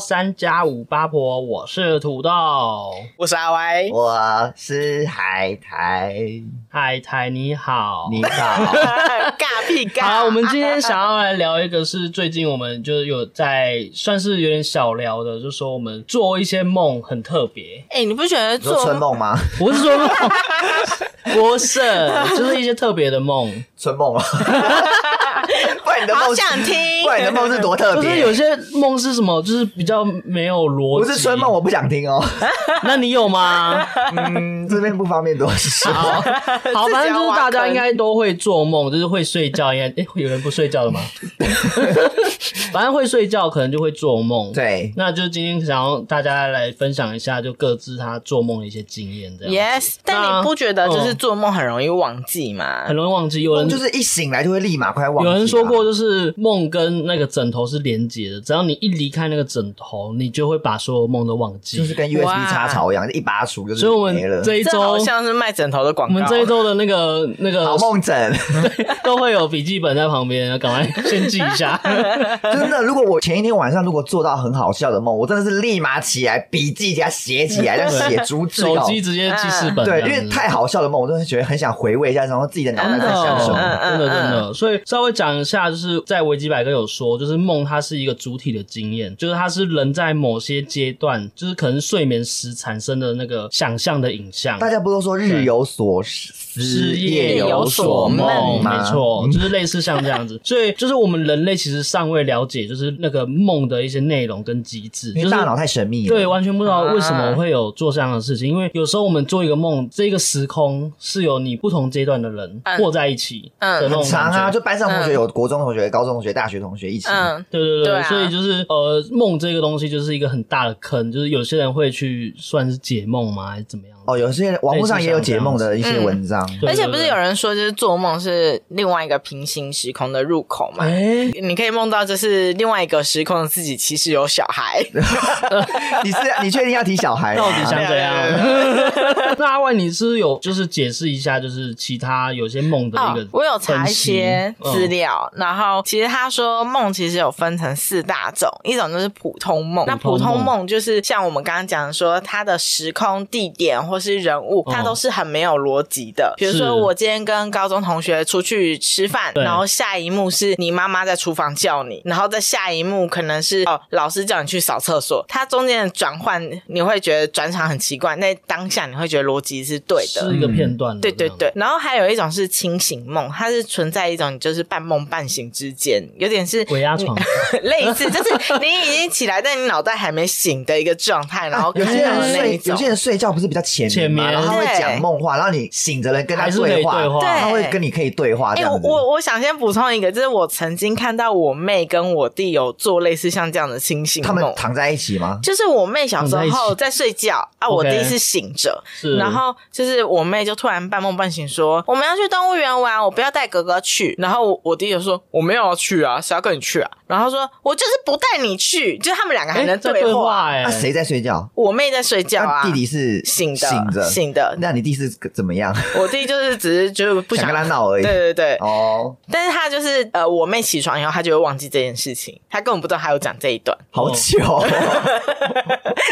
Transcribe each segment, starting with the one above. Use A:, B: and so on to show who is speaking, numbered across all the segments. A: 三加五八婆，我是土豆，
B: 我是阿歪，
C: 我是海苔，
A: 海苔你好，
C: 你好，
B: 尬屁尬。
A: 好，我们今天想要来聊一个，是最近我们就是有在算是有点小聊的，就说我们做一些梦很特别，
B: 哎、你不觉得
C: 你说
B: 做
C: 春梦吗？
A: 不是说 梦，不是，就是一些特别的梦，
C: 春 梦啊，不然你的
B: 好
C: 梦是，
B: 想听
C: 不然你的梦是多特
A: 就是
C: 别？
A: 有些梦是什么，就是比较没有逻
C: 不
A: 辑。
C: 是春梦，，我不想 听哦。
A: 那你有吗？
C: 嗯，这边不方便多说。
A: 好， 好，反正就是大家应该都会做梦，就是会睡觉，应该诶、会有人不睡 觉的吗？反正会睡觉，可能就会做梦。，
C: 对，
A: 那就今天想要大家来分享一下，就各自他做梦的一些经验，这样
B: Yes，但你不觉得就是做梦很容易忘记吗？
A: 嗯很容易忘记。有人
C: 梦就是一醒来就会立马快忘记
A: 有
C: 啊。
A: 人说过，就是梦跟那个枕头是连接的，只要你一离开那个枕头，你就会把所有梦都忘记。
C: 就是跟 USB 插槽一样，一拔除就是
A: 所以我
C: 没了
A: 们。这一
B: 这
A: 周
B: 好，像是卖枕头的广
A: 我
B: 告。
A: 们这一周的那个那个
C: 好 梦枕，
A: 都会有笔记本在旁边，赶快先记一下。
C: 真的，如果我前一天晚上如果做到很好笑的梦，我真的是立马起来，笔记加写起 来，像写逐字哦
A: 手
C: 稿。
A: 机直接记事本这
C: 对，
A: 样
C: 因
A: 子，
C: 为太好笑的梦，我真的觉得很想回味一下，然后自己的脑袋在想什
A: 哦
C: 么。
A: 真的真的，所以稍微讲一下，就是在维基百科有说，就是梦它是一个主体的经验，就是它是人在某些阶段，就是可能睡眠时产生的那个想象的影像。
C: 大家不都说日有所思，
A: 日夜
C: 夜
B: 有
C: 所
B: 所
C: 嗯
B: 梦
A: 没
C: 吗？
A: 错，就是类似像这样子。所以就是我们人类其实尚未了解，就是那个梦的一些内容跟机制，
C: 因
A: 就
C: 为
A: 是
C: 大脑太神秘了。
A: 对，完全不知道为什
B: 啊
A: 么会有做这样的事情，因为有时候我们做一个梦，这个时空是有你不同阶段的人和在一起
B: 嗯
A: 的那种
C: 很长啊，
A: 感觉。
C: 就班上同学有国中同学、高中同学、大学同学一起。
B: 嗯，
A: 对对
B: 对
A: 对，
B: 啊
A: 所以就是呃，梦这个东西就是一个很大的坑，就是有些人会去算是解梦吗，还是怎么样？
C: 哦，有些人网络上也有解梦的一些文章，
A: 对
B: 而且不是有人说，就是做梦是另外一个平行时空的入口嘛？
A: 哎，
B: 你可以梦到，就是另外一个时空的自己其实有小孩，
C: 你是你确定要提小孩
A: 嗯
C: 吗？啊
A: 到底想怎样
B: 对？
A: 那阿万，你是不是有就是解释一下，就是其他有些梦的一
B: 哦
A: 个分析、，
B: 我有查一些资
A: 嗯
B: 料，然后其实他说梦其实有分成四大种，一种就是普通梦，那普通梦就是像我们刚刚讲的说，它的时空、地点或是人物，它
A: 嗯
B: 都是很没有逻辑的。比如
A: 是
B: 说我今天跟高中同学出去吃饭，
A: 对
B: 然后下一幕是你妈妈在厨房叫你，然后在下一幕可能是哦老师叫你去扫厕所，它中间的转换你会觉得转场很奇怪，那当下你会觉得逻辑是对的，
A: 是一个片段的
B: 对
A: 这
B: 嗯对
A: 样
B: 对，然后还有一种是清醒梦，它是存在一种你就是半梦半醒之间，有点是
A: 鬼压床。
B: 类似，就是你已经起来，但你脑袋还没醒的一个状态，然后
C: 有
B: 看
C: 些
B: 到
C: 人
B: 的那一
C: 睡，有
B: 种
C: 些。人睡觉不是比较浅
A: 浅
C: 眠吗？
A: 眠
C: 然后他会
B: 对
C: 讲梦话，然后你醒着人跟他
A: 还是可以
C: 话，
A: 对话
B: 对
C: 他会跟你可以对话这
B: 哎、我
C: 样子。
B: 我我想先补充一个，就是我曾经看到我妹跟我弟有做类似像这样的清醒
C: 他们
B: 梦，
C: 躺在一起吗？
B: 就是我妹小时
A: 躺在一起
B: 候在睡觉啊，我
A: OK
B: 弟是醒着，
A: 是，
B: 然后就是我妹就突然半梦半醒说：“我们要去动物园玩，我不要带哥哥去。”然后我我弟就说：“我没有要去啊，谁要跟你去啊？”然后她说：“我就是不带你去。”就是他们两个还
A: 哎
B: 能
A: 在
B: 对
A: 对
B: 话。啊
A: 哎、
C: 那啊谁在睡觉？
B: 我妹在睡觉啊，
C: 那弟弟是
B: 醒的，
C: 醒着，
B: 醒的。
C: 那你弟是怎么样？
B: 我弟就是只是就是不
C: 想跟他闹而已
B: 对对对。
C: 哦，
B: 但是他就是呃，我妹起床以后，他就会忘记这件事情，他根本不知道还有讲这一段，
C: 好糗哦，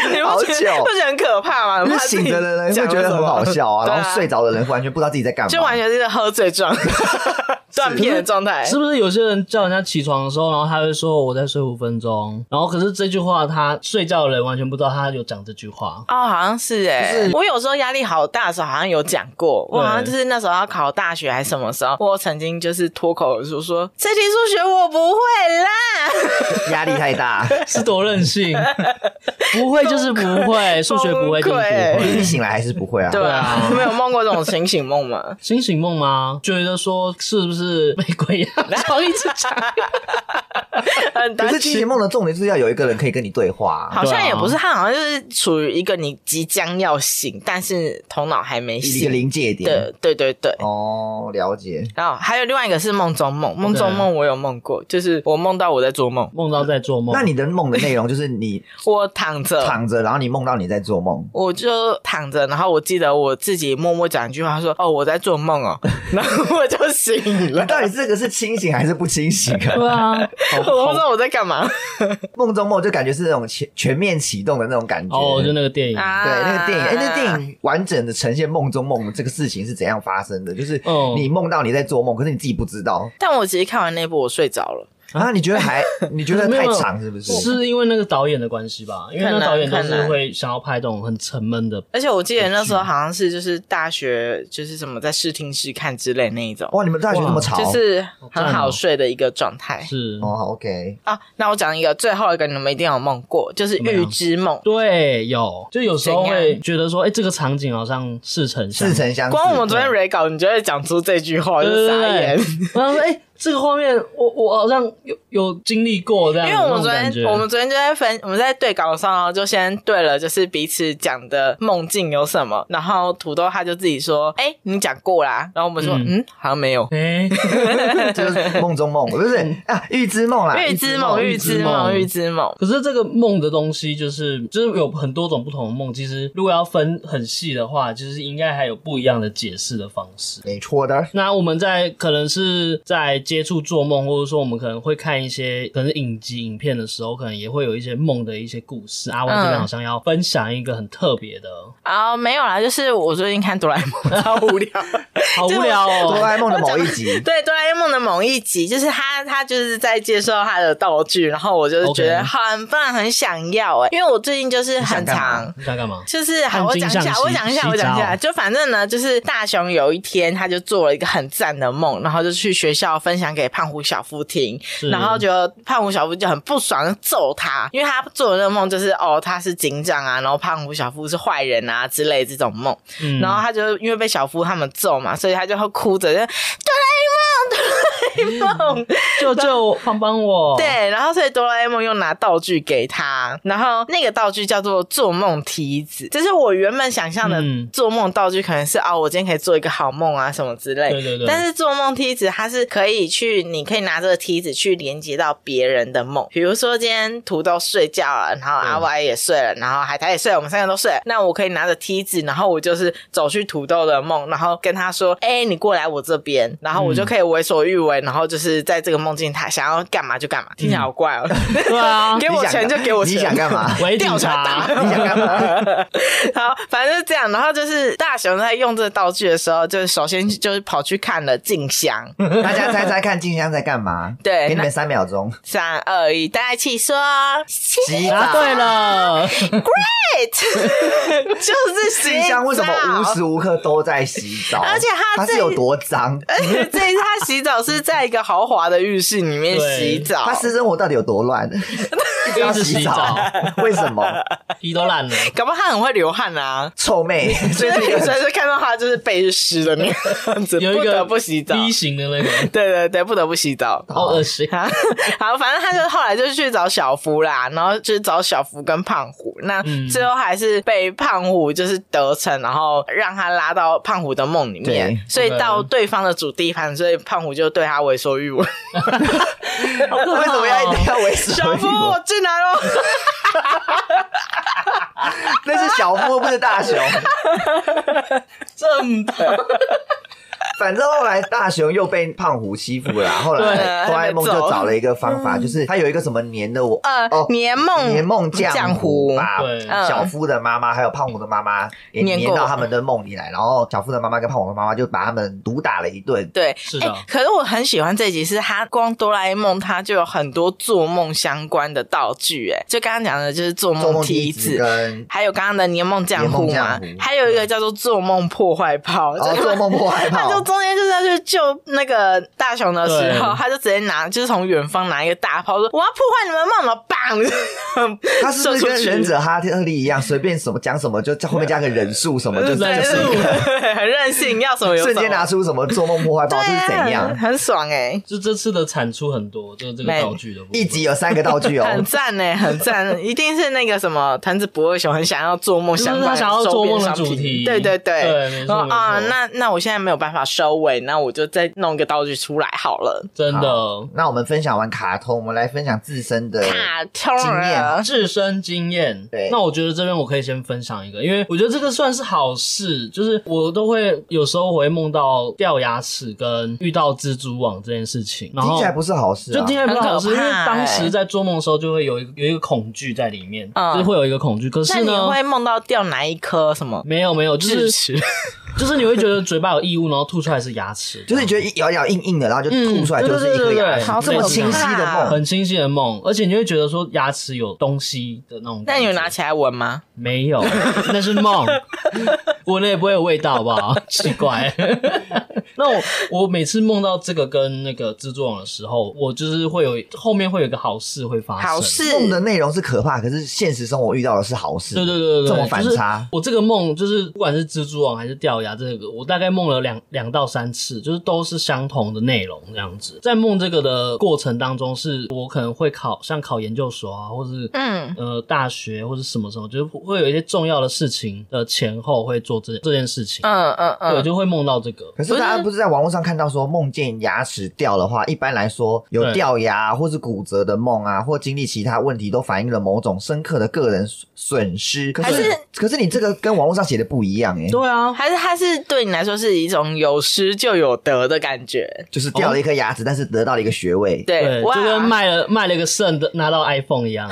B: 你不
C: 好
B: 觉得
C: 糗
B: 不觉得很可怕吗？
C: 因为
B: 怕自己
C: 醒着的人会
B: 讲了
C: 觉得
B: 什
C: 很
B: 么
C: 好笑啊，
B: 对啊
C: 然后睡着的人完全不知道自己在干嘛，
B: 就完全是喝醉状 态，断片的状态，
A: 是不是有些人叫人家起床的时候，然后他会说我再睡五分钟，然后可是这句话他睡觉的人完全不知道他有讲这句话。
B: 哦，好像是哎、
A: 就是
B: 我有时候压力好大的时候，好像有讲过，我
A: 对
B: 好像就是那时候要考大学还是什么时候，我曾经就是脱口而出说这题数学我不会啦，
C: 压力 太大。
A: 是多任性，不会就是不 会，数学不会就是不
B: 崩
C: 哦一
A: 会。
C: 醒来还是不会啊，
B: 对
A: 啊
B: 啊，没有梦过这种清醒梦 吗？
A: 清醒梦吗？觉得说是不是被鬼压 床一直讲？
B: 很
C: 可
B: 担
C: 是清醒
B: 心。
C: 梦的重点是要有一个人可以跟你对话、啊，
B: 好像
A: 对啊
B: 也不是，他好像就是处于一个你即将要醒，但是头脑还没
C: 一个
B: 醒
C: 临界点。
B: 的，对对对。
C: 哦，了解。
B: 然后还有另外一个是梦中梦，梦中梦我有梦过，就是我梦到我在做梦，嗯
A: 梦到在做梦，
C: 那你的梦的内容就是你
B: 我躺躺着，
C: 躺着，然后你梦到你在做 梦，
B: 我就躺着，然后我记得我自己默默讲一句话，说：“哦，我在做梦哦。” 然后我就醒
C: 你
B: 了，
C: 到底这个是清醒还是不清醒 啊？
A: 对啊，
B: 我不知道我在干嘛
C: 梦中梦就感觉是那种全全面启动的那种感觉。
A: 哦，就那个电影，
B: 啊
C: 对，那个电影，哎、那电影完整的呈现梦中梦这个事情是怎样发生的？就是
A: 嗯
C: 你梦到你在做梦，可是你自己不知道
B: 但我其实看完那部，我睡着了。
C: 啊？你觉得 还你觉得
A: 没
C: 太
A: 有
C: 长是不是？
A: 是因为那个导演的关系吧？因为那个导演都
B: 可能
A: 是会想要拍这种很沉闷的，
B: 而且我记得那时候好像是就是大学就是什么在视听室看之类那一种，
C: 哇，你们大学那么吵，
B: 就是
A: 好
B: 很
A: 赞
B: 好
A: 哦
B: 睡的一个状态。
A: 是，
C: 哦，OK，
B: 啊，那我讲一个最后一个，你们一定有梦过，就是
A: 么样
B: 预知梦。
A: 对，有，就有时候
B: 怎样
A: 会觉得说，哎、这个场景好像似曾相
C: 似
A: 识，
C: 曾相识。
B: 光我们昨天 re 稿，你就会讲出这句话，
A: 对
B: 就
A: 对
B: 傻
A: 对
B: 眼。
A: 对，我想说，哎、这个画面，我我好像有有经历过这样，
B: 因为我们昨
A: 那种感
B: 天
A: 觉
B: 我们昨天就在分，我们在对稿的时候，然后就先对了，就是彼此讲的梦境有什么，然后土豆他就自己说：“哎、你讲过啦。”然后我们说：“嗯
A: 嗯
B: 好像没有。
A: 哎、
C: 就是梦中梦，不是啊，预知梦”啦，
B: 嗯预知梦，预知梦，预知梦。
A: 可是这个梦的东西，就是就是有很多种不同的梦。其实如果要分很细的话，就是应该还有不一样的解释的方式。
C: 没错的。
A: 那我们在可能是在接触做梦，或者说我们可能会看一些可能影集、影片的时候，可能也会有一些梦的一些故事。阿文这边
B: 嗯
A: 好像要分享一个很特别的，
B: 啊、没有啦，就是我最近看哆啦 A 梦， 超 无聊。
A: 好无聊
C: 哆
A: 哦。
C: 啦 A 梦的某一集，
B: 对哆啦 A 梦的某一集，就是他他就是在介绍他的道具，然后我就觉得
A: OK
B: 很棒，很想要哎、因为我最近就是很
C: 你想干嘛
B: 常
A: 你想干嘛？
B: 就是好，我
A: 按
B: 讲
A: 金
B: 一下
A: 像，
B: 我
A: 洗
B: 讲一下，
A: 洗
B: 我讲一
A: 澡
B: 下。就反正呢，就是大雄有一天他就做了一个很赞的梦，然后就去学校分享给胖虎小夫听，
A: 是
B: 然后觉得胖虎小夫就很不爽，就揍他，因为他做的那个梦就是哦他是警长啊，然后胖虎小夫是坏人啊之类这种梦，
A: 嗯
B: 然后他就因为被小夫他们揍嘛，所以他就会哭着就哆啦 A 梦，哆啦 A 梦。
A: 舅舅帮帮我。，
B: 对，然后所以哆啦 A 梦又拿道具给他，然后那个道具叫做做梦梯子，就是我原本想象的
A: 嗯
B: 做梦道具，可能是啊、我今天可以做一个好梦啊什么之类。
A: 对对对
B: 但是做梦梯子它是可以去，你可以拿这个梯子去连接到别人的梦，比如说今天土豆睡觉了，然后
C: 嗯
B: 阿 Y 也睡了，然后海苔也睡了，我们三个都睡了，那我可以拿着梯子，然后我就是走去土豆的梦，然后跟他说，哎、你过来我这边，然后我就
A: 嗯
B: 可以为所欲为，然后就是在这个梦境，他想要干嘛就干嘛，听起来好怪哦、
A: 对啊，
B: 给我钱就给我钱，
C: 嗯你想干嘛？
A: 喂警
B: 调查
A: 察，
C: 你想干嘛？
B: 好，反正就是这样。然后就是大雄在用这个道具的时候，就是首先就是跑去看了静香，
C: 大家猜猜看，静香在干嘛？
B: 对
C: 给你们三秒钟，
B: 三二一，大家一起说
C: 洗
A: 答
C: 澡。
A: 啊对了，
B: ，great，就是洗
C: 静香为什么无
B: 澡
C: 时无刻都在洗澡？
B: 而且她
C: 她
B: 这
C: 是有多脏？
B: 而且这一次他洗澡是在一个豪华的浴室里面
A: 对
B: 洗澡，
C: 她私生活到底有 多乱？一直要洗澡，为什么？
A: 皮都烂了。
B: 搞不好他很会流汗 啊。
C: 臭妹，
B: 所
C: 所
B: 以
C: 以这
B: 所
C: 个
B: 以就看到他就是背是湿的那样 子，
A: 有一
B: 不
A: 个
B: 得不洗澡。
A: B 型的那个，
B: 对对对，不得不洗澡。
A: 好恶心。
B: 啊， 好，反正他就后来就去找小夫啦，然后就是找小夫跟胖虎，那
A: 嗯
B: 最后还是被胖虎就是得逞，然后让他拉到胖虎的梦里面
C: 对，
B: 所以
A: 对
B: 到对方的主地盘，所以胖虎就对他为所欲为。
C: 为什么要
B: 哦
C: 一定要为所
B: 啊 小
C: 欲
B: 夫，我
C: 为？
B: 进来 了，
C: 那是小夫，不是 大雄。
A: 正
C: 反正后来大雄又被胖虎欺负了啊，后来
B: 对嗯
C: 哆啦 A 梦就
B: 他被揍
C: 找了一个方法，就是他有一个什么粘的我
B: 呃
C: 哦，
B: 年梦
C: 年梦浆糊把
A: 对
C: 小夫的妈妈还有胖虎的妈妈也
B: 粘嗯
C: 粘
B: 过
C: 到他们的梦里来，然后小夫的妈妈跟胖虎的妈妈就把他们毒打了一顿。
B: 对，
A: 是
B: 哎、
A: 的
B: 可是我很喜欢这集，是它光哆啦 A 梦，它就有很多做梦相关的道具、哎，就刚刚讲的就是做
C: 做
B: 梦
C: 梦
B: 梯
C: 梯
B: 子
C: 子。跟
B: 还有刚刚的年梦浆糊
C: 年
B: 嘛
C: 梦浆糊，
B: 还有一个叫做做梦破坏炮，
C: 然后
B: 就是
C: 哦做梦破坏
B: 哦 他
C: 炮
B: 就，中间就是要去救那个大雄的时候，
C: 嗯
A: 对
B: 他就直接拿，就是从远方拿一个大炮说：“我要破坏你们梦了！”棒，
C: 他是不
B: 射
C: 是
B: 出
C: 跟
B: 去
C: 忍者哈特利一样，随便什么讲什么就在后面加个忍术什么，
B: 对，
C: 就是就
A: 忍
C: 是
A: 术
B: 对很任性，要什么有什
C: 瞬
B: 么。
C: 间拿出什么做梦破坏
B: 对
C: 炮，这
B: 啊
C: 是怎样？
B: 很爽哎、
A: 就这次的产出很多，就是这个道具的部分
C: 一集有三个道具 哦，
B: 很赞哎、很 赞！一定是那个什么藤子不二雄很想要做梦
A: 就是
B: 相关
A: 他
B: 的
A: 想要
B: 周
A: 做
B: 边
A: 梦的
B: 商
A: 主
B: 品
A: 题
B: 对对对，
A: 对没错
B: 说啊，
A: 没错
B: 那那我现在没有办法收尾，那我就再弄一个道具出来好了。
A: 真的
C: 好那我们分享完卡通，我们来分享自身的。
B: 卡通
C: 经验
B: 啊，
A: 自身经验。
C: 对
A: 那我觉得这边我可以先分享一个，因为我觉得这个算是好事，就是我都会有时候我会梦到掉牙齿跟遇到蜘蛛网这件事情，然
C: 听
A: 后
C: 起来不是好事
A: 就
C: 啊
A: 听起！来不是好事，
B: 很
A: 因
B: 可怕
A: 为当
B: 欸
A: 时在做梦的时候就会有一个有一个恐惧在里面，
B: 嗯
A: 就是会有一个恐惧。可
B: 那
A: 是
B: 你
A: 呢，
B: 会梦到掉哪一颗什么？
A: 没有没有，就
B: 智
A: 是
B: 齿
A: 就是你会觉得嘴巴有异物，然后吐出来是牙齿，
C: 就是你觉得一咬一咬硬硬的，然后就吐出来
A: 嗯
C: 就是一颗
A: 对对对
C: 牙
A: 对
C: 齿
A: 对，
C: 这么清晰
B: 好可
C: 的
B: 怕
C: 梦，
A: 很清晰的梦，而且你会觉得说牙齿有东西的那种感
B: 那
A: 觉。
B: 你有拿起来闻吗？
A: 没有，那是 梦，闻了也不会有味道，好不好？奇怪。 那我我每次梦到这个跟那个蜘蛛网的时候，我就是会有后面会有一个好事会发生。
B: 好事
C: 梦的内容是可怕，可是现实生活遇到的是好事。
A: 对对对对对，
C: 这么反
A: 就是
C: 差、
A: 我这个梦就是不管是蜘蛛网还是掉牙这个，我大概梦了两两到三次，就是都是相同的内容这样子。在梦这个的过程当中，是我可能会考像考研究所啊，或是
B: 嗯，
A: 呃大学或是什么什么，就是会有一些重要的事情的前后会做这这件事情，
B: 嗯嗯
A: 对，
B: 嗯，
A: 就会梦到这个。
C: 可是大家不是在网络上看到说梦见牙齿掉的话，一般来说有
A: 对
C: 掉牙或是骨折的梦啊，或经历其他问题，都反映了某种深刻的个人损失。可
B: 还
C: 是
B: 是
C: 可是你这个跟网络上写的不一样哎、
A: 对啊，
B: 哦还是它是对你来说是一种有失就有得的感觉。
C: 就是掉了一颗牙齿，但是得到了一个学位，
A: 对，
B: 对，哇
A: 就，跟 卖了卖了个肾的拿到 iPhone 一样，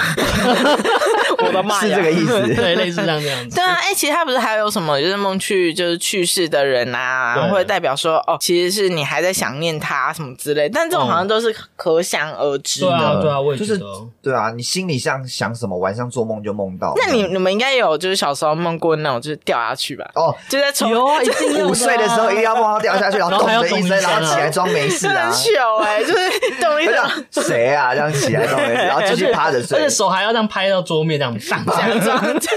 B: 我的妈呀，
C: 是这个意思。
A: 对，类似这样这样子。
B: 对啊，哎、其实他不是还有什么，就是梦去就是去世的人啊，
A: 对
B: 或者代表说哦，其实是你还在想念他什么之类，但这种
A: 嗯
B: 好像都是可想而知
A: 对
B: 的。
A: 啊，对啊，我也
C: 就
A: 觉
C: 是
A: 得。
C: 对啊，你心里像想什么，晚上做梦就梦到。
B: 那你你们应该有就是小时候梦过那种就是掉下去吧，
C: 哦，
B: 就在 床
A: 有啊，一定要
C: 五岁的时候一定要梦到掉下去，然后
A: 然后
C: 咚
A: 还要
C: 的一
A: 咚一
C: 声，然后
A: 声啊
C: 起来装没事
B: 真的很。
C: 啊
B: 糗哎、 就是动一
C: 我
B: 动
C: 想谁啊？这样起来装没事，然后继续趴着
A: 而
C: 睡
A: 且。手还要这样拍到桌面，这样荡这样子，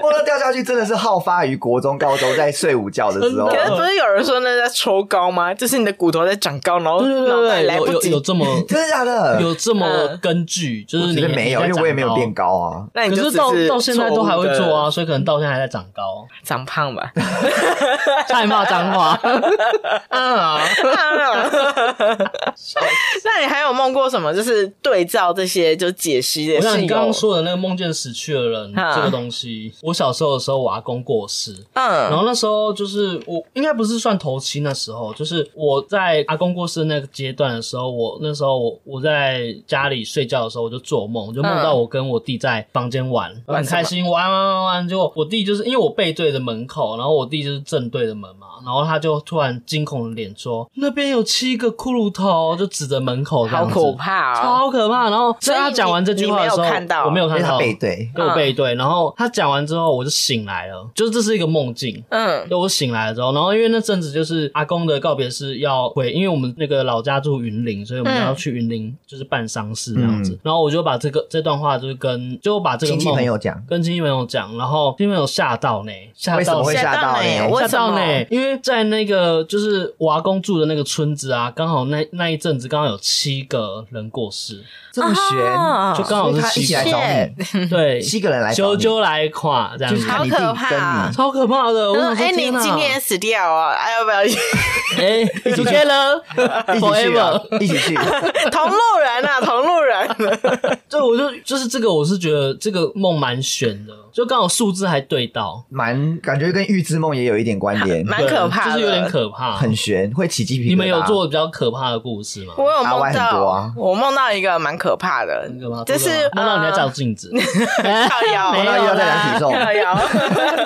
C: 梦到哦掉下去真的是好发于国中、高中，在睡午觉的时候
A: 真。
B: 可是
A: 的
B: 不是有人说那叫抽高吗？就是你的骨头在长高，然后
A: 对对
B: 脑袋
A: 对对，
B: 来
A: 有有
B: 不
A: 有
B: 及，
A: 这么
C: 真的假的？
A: 有这么
B: 嗯
A: 根据，就是
C: 我觉
A: 你
C: 得没有，因为我也没有变
A: 高。
C: 高啊。
B: 那你
A: 可
B: 就是只
A: 到到现在都还会
B: 错误
A: 做
B: 的
A: 啊，所以可能到现在还在长高。
B: 长胖吧。
A: 差点骂脏话， 啊，
B: 那你还有梦过什么？就是对照这些，就解析的
A: 我想
B: 是
A: 你刚
B: 有
A: 刚，说的那个梦见死去的人
B: 啊
A: 这个东西，我小时候的时候，我阿公过世，然
B: 嗯
A: 后那时候就是我应该不是算头七那时候，就是我在阿公过世那个阶段的时候，我那时候我我在家里睡觉的时候，我就做梦，我就梦到我跟我弟在房间玩，
B: 玩
A: 很
B: 什么
A: 开心，玩玩玩玩，结果我弟就是因为我背对着门口，然后我弟就是正对着门嘛，然后他就突然惊恐的脸说：“那边有七个骷髅头！”就指着门口这
B: 好
A: 样子，
B: 可怕哦！
A: 超可怕。然后
B: 所
A: 在
B: 以
A: 他
B: 你
A: 讲完这句话的时候，
B: 你没有看到
A: 我没有
C: 因
A: 看
C: 为他
A: 到，
C: 背对，
A: 跟我背对。然后他讲完之后，我就醒来了，就是这是一个梦境。
B: 嗯
A: 就我醒来了之后，然后因为那阵子就是阿公的告别是要回，因为我们那个老家住云林，所以我们
B: 嗯
A: 要去云林就是办丧事这样子。然后我就把这个这段话就是跟就把这个
C: 亲戚
A: 梦
C: 朋友讲，
A: 跟亲戚朋友讲，然后亲戚朋友吓到呢，吓
C: 为什
A: 到欸
C: 么会吓
B: 吓
C: 到
B: 到
C: 呢
B: 呢？为
A: 吓
B: 什么
A: 到呢，因为在那个就是我阿公住的那个村子啊，刚好那那一阵子刚好有七个人过世，
C: 这么悬，
B: 啊
A: 就刚好
C: 所以
A: 是
C: 他一起来
A: 七
C: 找
A: 个，
C: 你，
B: 嗯
A: 对，
C: 七个人来找
A: 啾
C: 你，
A: 啾来垮这样
C: 就
A: 子
C: 是。看你弟
B: 好可怕
C: 跟
A: 超可怕的！我
B: 他说
A: 想：“说，
B: 哎，你
A: 天哪
B: 今天死掉啊？哎，要不 要
A: 哎，together
C: 你
A: forever，
C: 一起去啊，一起去。
B: 同路 人啊？同路人，
A: 对，我就就是这个，我是觉得这个梦蛮悬的，就刚好数字还对到，
C: 蛮感觉跟预知梦也有一点关联，
B: 蛮可怕的，
A: 对就是有点。可怕。
C: 很悬，会起鸡皮疙瘩。
A: 你们有做比较可怕的故事吗？
B: 我有
C: 阿歪
B: 梦
C: 很多啊
B: 到，我梦到一个蛮可怕的
A: 很可怕，
B: 就是
A: 梦到你在照
B: 呃
A: 镜子，
B: 靠腰，
A: 没
C: 梦到
A: 有
C: 又要再
A: 啦
C: 量体重，
B: 哎呀，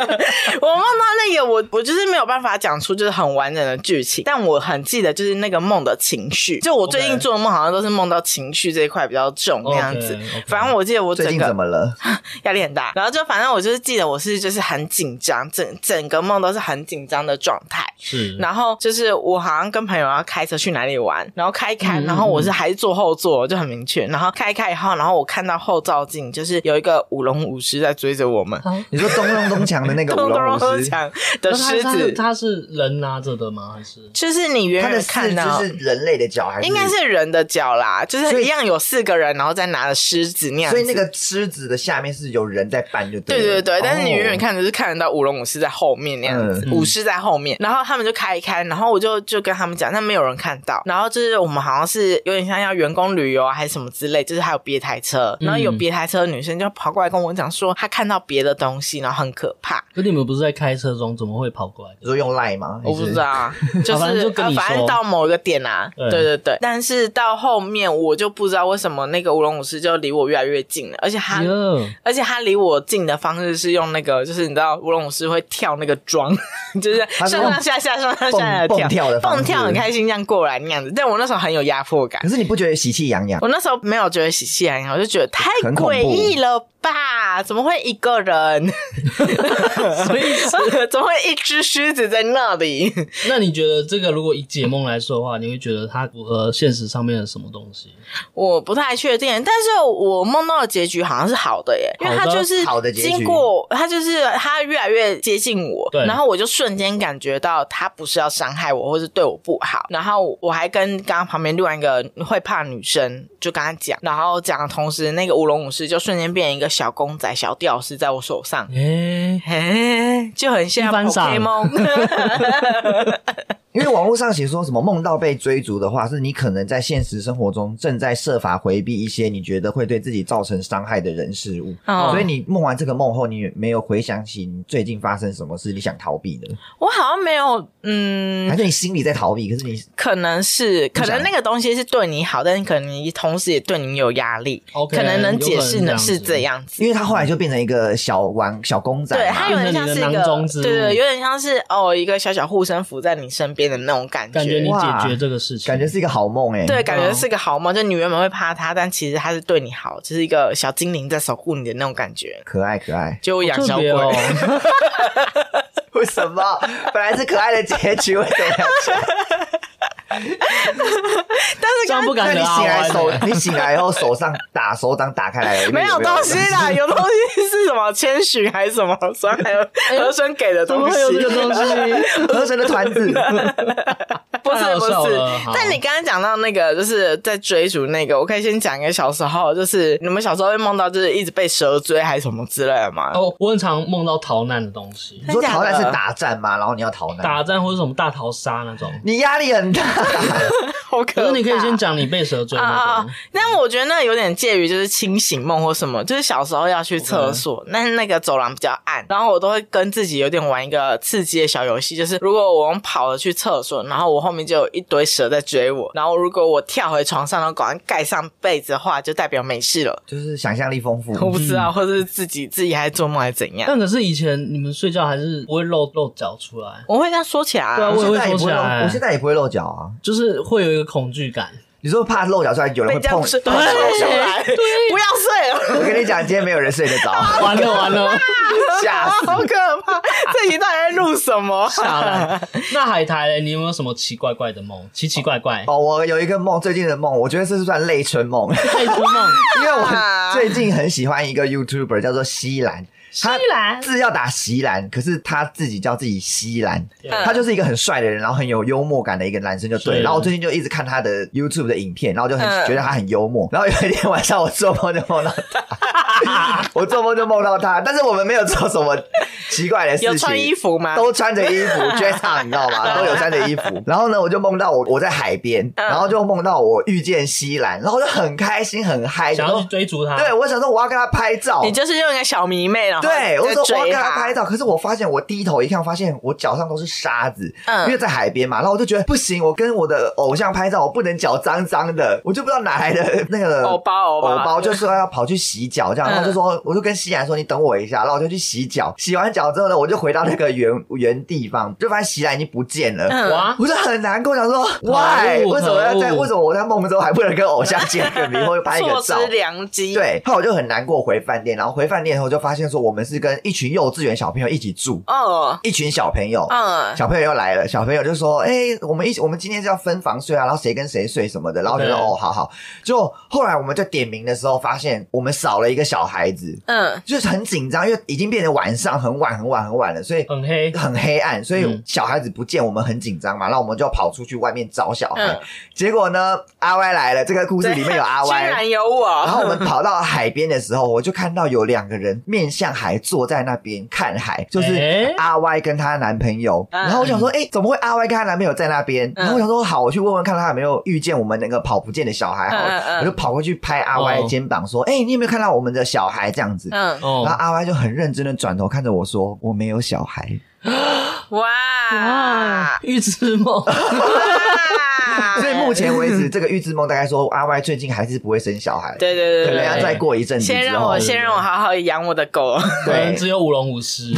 B: 我梦到那个我我就是没有办法讲出就是很完整的剧情，但我很记得就是那个梦的情绪。就我最近
A: OK
B: 做的梦好像都是梦到情绪这一块比较重那样子。
A: OK，OK
B: 反正我记得我
C: 最
B: 整
C: 近
B: 个
C: 怎么了？
B: 压力很大，然后就反正我就是记得我是就是很紧张，整整个梦都是很紧张的状态。
C: 嗯
A: 是
B: 然后就是我好像跟朋友要开车去哪里玩，然后开一开，
A: 嗯
B: 然后我是还是坐后座，就很明确。然后开一开以后，然后我看到后照镜，就是有一个舞龙舞狮在追着我们，
A: 啊
C: 你说咚咚咚锵的 那个舞
B: 咚
C: 龙
B: 咚
C: 舞
B: 咚
C: 狮，
B: 锵的狮
A: 那它是
B: 子，
A: 它是人拿着的吗？还是
B: 就是你远
C: 它的
B: 远
C: 四
B: 看到
C: 肢是。人类的脚还是？
B: 应该。是人的脚啦，就
C: 所
B: 是
C: 以
B: 一样有四个人，然后再拿着狮子那样子。
C: 所以那个狮子的下面是有人在搬，就
B: 对对
C: 了
B: 对，但是你远远
C: 哦
B: 看就是看得到舞龙舞狮在后面那样子，
A: 嗯
B: 舞狮在后面，然后他们就开一开，然后我就就跟他们讲，但没有人看到，然后就是我们好像是有点像要员工旅游啊还是什么之类，就是还有别台车，然后有
A: 嗯
B: 别台车的女生就跑过来跟我讲说，她看到别的东西，然后很可怕，
A: 可你们不是在开车中，怎么会跑过来的？
C: 你说用赖吗？
B: 我不知道，啊，就
A: 好反正
B: 是
A: 就跟你
B: 呃反正
A: 说
B: 到某一个点啊，
A: 对
B: 对对对。但是到后面我就不知道为什么那个舞龙舞狮就离我越来越近了，而且他。
A: 哟
B: 而且他离我近的方式是用那个，就是你知道舞龙舞狮会跳那个桩，就是
C: 它
B: 上
C: 是用
B: 上下下上上
C: 蹦
B: 下下地
C: 蹦跳的方式
B: 蹦跳很开心这样过来那样子。但我那时候很有压迫感
C: 可，是你不觉得喜气洋洋？
B: 我那时候没有觉得喜气洋洋，我就觉得太
C: 很恐怖
B: 诡异了吧？怎么会一个人？
A: 所以，
B: 怎么会一只狮子在那里？
A: 那你觉得这个如果以解梦来说的话，你会觉得它符合现实上面的什么东西？
B: 我不太确定，但是我梦到的结局好像是好的耶，因为他
A: 好的
B: 就是
C: 好的结局
B: 经过他就是他越来越接近我
A: 对，
B: 然后我就瞬间感觉到他不是要伤害我，或是对我不好，然后我还跟刚刚旁边另外一个呃会怕女生就跟他讲，然后讲的同时，那个舞龙舞狮就瞬间变成一个小公仔、小吊饰在我手上。
A: 诶、
B: 嘿，就很像
A: 一番赏
B: Pokemon，
C: 因为网络上写说什么梦到被追逐的话，是你可能在现实生活中正在设法回避一些你觉得会对自己造成伤害的人事物，
B: 哦
C: 所以你梦完这个梦后，你没有回想起你最近发生什么事，你想逃避的，
B: 我好像没有，嗯，
C: 还是你心里在逃避？可是你
B: 可能是，
C: 不
B: 可
C: 想
B: 能那个东西是对你好，但是可能你同时也对你有压力
A: OK，
B: 可能能解释
A: 有可能
B: 呢
A: 这样子
B: 是这样子。
C: 因为他后来就变成一个小玩小公仔
B: 对，它
C: 嘛，
B: 有点像是一
A: 变成你的
B: 个
A: 囊中，之物
B: 对对，有点像是哦，一个小小护身符在你身边的那种感
A: 感觉你
C: 哇
A: 解决这个事情，
C: 感觉是一个好梦哎、
B: 对，感觉
A: 哦
B: 是个好梦，就你原本会怕它，但其实它是对你好，就是一个小精灵在守护你的那种感觉。，
C: 可爱可爱
B: 就我养
A: 特
B: 小鬼，
A: 别 哦。
C: 为什么本来是可爱的结局，为什么要
A: 这样不
C: 那
A: 敢
C: 你
A: 惹啊阿
C: 醒来手
A: 歪，，
C: 你醒来以后手上打手掌打开来了，
B: 没有东西 啦，
C: 有
B: 有东西是什么谦虚还是什么， 所以还有和珅给的
A: 哎怎么
B: 东西
A: 会。有这个东西？
C: 没有河神的团子，
B: 不是
A: 太好
B: 不
A: 笑
B: 是
A: 了好，
B: 但你刚刚讲到那个，就是在追逐那个，我可以先讲一个小时候，就是你们小时候会梦到，就是一直被蛇追还是什么之类的吗？
A: 哦，我很常梦到逃难的东西，
C: 你说逃难是打战吗？然后你要逃难，
A: 打战或者什么大逃杀那种。
C: 你压力很大，
B: 好可
A: 可
B: 怕！
A: 是你可以先讲你被蛇追
B: 啊啊！
A: 那
B: 啊
A: 个，
B: 但我觉得那有点介于就是清醒梦或什么，就是小时候要去厕所，
A: 嗯
B: 但是那个走廊比较暗，然后我都会跟自己有点玩一个刺激的小游戏，就是如果我用跑了去厕所，然后我后面就有一堆蛇在追我，然后如果我跳回床上，然后赶快盖上被子的话，就代表没事了。
C: 就是想象力丰富。
B: 我不知
A: 嗯
B: 道，或者是自己自己还做梦还是怎样，
A: 但可是以前你们睡觉还是不会露露脚出来，
B: 我会这样说起来、
A: 对啊
B: 啊。
A: 我也
C: 现
A: 会
C: 在也不
A: 缩
C: 会
A: 起
C: 露，
A: 来
C: 我现在也不会露脚啊。
A: 就是会有一个恐惧感。
C: 你说怕露脚出来，有人
B: 被
C: 会
B: 这
C: 碰
B: 样睡，我说出来，不要睡了，
C: 我跟你讲，今天没有人睡得着，
A: 完了完 了，
C: 吓死！
B: 好可怕！这集到底在录什么？
A: 下来。那海苔嘞，你有没有什么奇怪怪的梦？奇奇怪怪，
C: 哦，我有一个梦，最近的梦，我觉得这是算泪春梦，
A: 爱做 梦。
C: 因为我最近很喜欢一个 YouTuber 叫做西兰，西
B: 兰
C: 字要打席兰，可是他自己叫自己西兰，
A: 嗯
C: 他就是一个很帅的人，然后很有幽默感的一个男生就对了。
A: 是
C: 然后我最近就一直看他的 YouTube 的影片，然后就很
B: 嗯
C: 觉得他很幽默。然后有一天晚上我做梦就梦到 他，我做梦就梦到他，但是我们没有做什么奇怪的事情，
B: 有穿衣服啊吗？
C: 都穿着衣 服 dress up，你知道吗？都有穿着衣服。然后呢，我就梦到我我在海边，
B: 嗯
C: 然后就梦到我遇见西兰，然后我就很开心很嗨，
A: 想
C: 然
A: 要
C: 后
A: 去追逐它。
C: 对我想说我要跟他拍照
B: 你。就是用一个小迷妹，然后
C: 对，我
B: 在
C: 说我要
B: 追
C: 跟他
B: 她
C: 拍照，可是我发现我低头一看，发现我脚上都是沙子，
B: 嗯
C: 因为在海边嘛，然后我就觉得不行，我跟我的偶像拍照，我不能脚脏脏的，我就不知道哪来 的那个
B: 欧巴欧
C: 我
B: 巴，
C: 呃包就说要跑去洗脚这样，
B: 嗯
C: 然后就说我就跟西兰说你等我一下，然后我就去洗脚，洗完脚之后呢，我就回到那个原原地方，就发现西兰已经不见了。
B: 嗯哦
A: 哇，
C: 我就很难过，想说 why
A: 恶
C: 为什么要在
A: 可恶
C: 为什么我在梦中还不能跟偶像见个面或者拍一个
B: 错
C: 照？
B: 失良机，
C: 对，后来我就很难过回饭店，然后回饭店后就发现说我们是跟一群幼稚园小朋友一起住，
B: 哦，
C: 一群小朋友，
B: 嗯，
C: 小朋友又来了，小朋友就说：“哎、我们一起，我们今天是要分房睡啊，然后谁跟谁睡什么的。”然后就说：“
A: 对
C: 哦，好好。”就后来我们在点名的时候，发现我们少了一个小孩子，
B: 嗯，
C: 就是很紧张，因为已经变成晚上很晚很晚很晚了，所
B: 嗯
C: 以。
A: 很 黑，
C: 很黑暗，所以
A: 嗯
C: 小孩子不见，我们很紧张嘛，然后我们就要跑出去外面找小孩。
B: 嗯
C: 结果呢，阿歪来了，这个故哦事里面有阿
B: 居
C: 歪，
B: 然有我，
C: 然后我们跑到海边的时候，我就看到有两个人面向海坐在那边看海，就是
A: 诶
C: 阿 Y 跟她男朋友。
B: 哎嗯
C: 然后我想说，哎、怎么会阿 Y 跟她男朋友在那边？
B: 嗯
C: 然后我想说，好，我去问问看她有没有遇见我们那个跑不见的小孩好了。
B: 嗯嗯嗯哦
C: 我就跑过去拍阿 Y 的肩膀，说，哎、你有没有看到我们的小孩？这样子。
B: 嗯，
A: 哦
C: 然后，阿 Y 就很认真的转头看着我说：“我没有小 孩。
B: 哇啊
A: 哇， 预知梦，
B: 哇，
C: 所以目前为止，这个预知梦大概说阿 Y 最近还是不会生小孩，
B: 对对
C: 可
B: 对
C: 能
B: 对
C: 要
A: 对
C: 再过一阵子
B: 先
C: 之
B: 让
C: 后
B: 我，先让我好好养我的狗，
A: 可能
C: 对
A: 只有舞龙舞狮。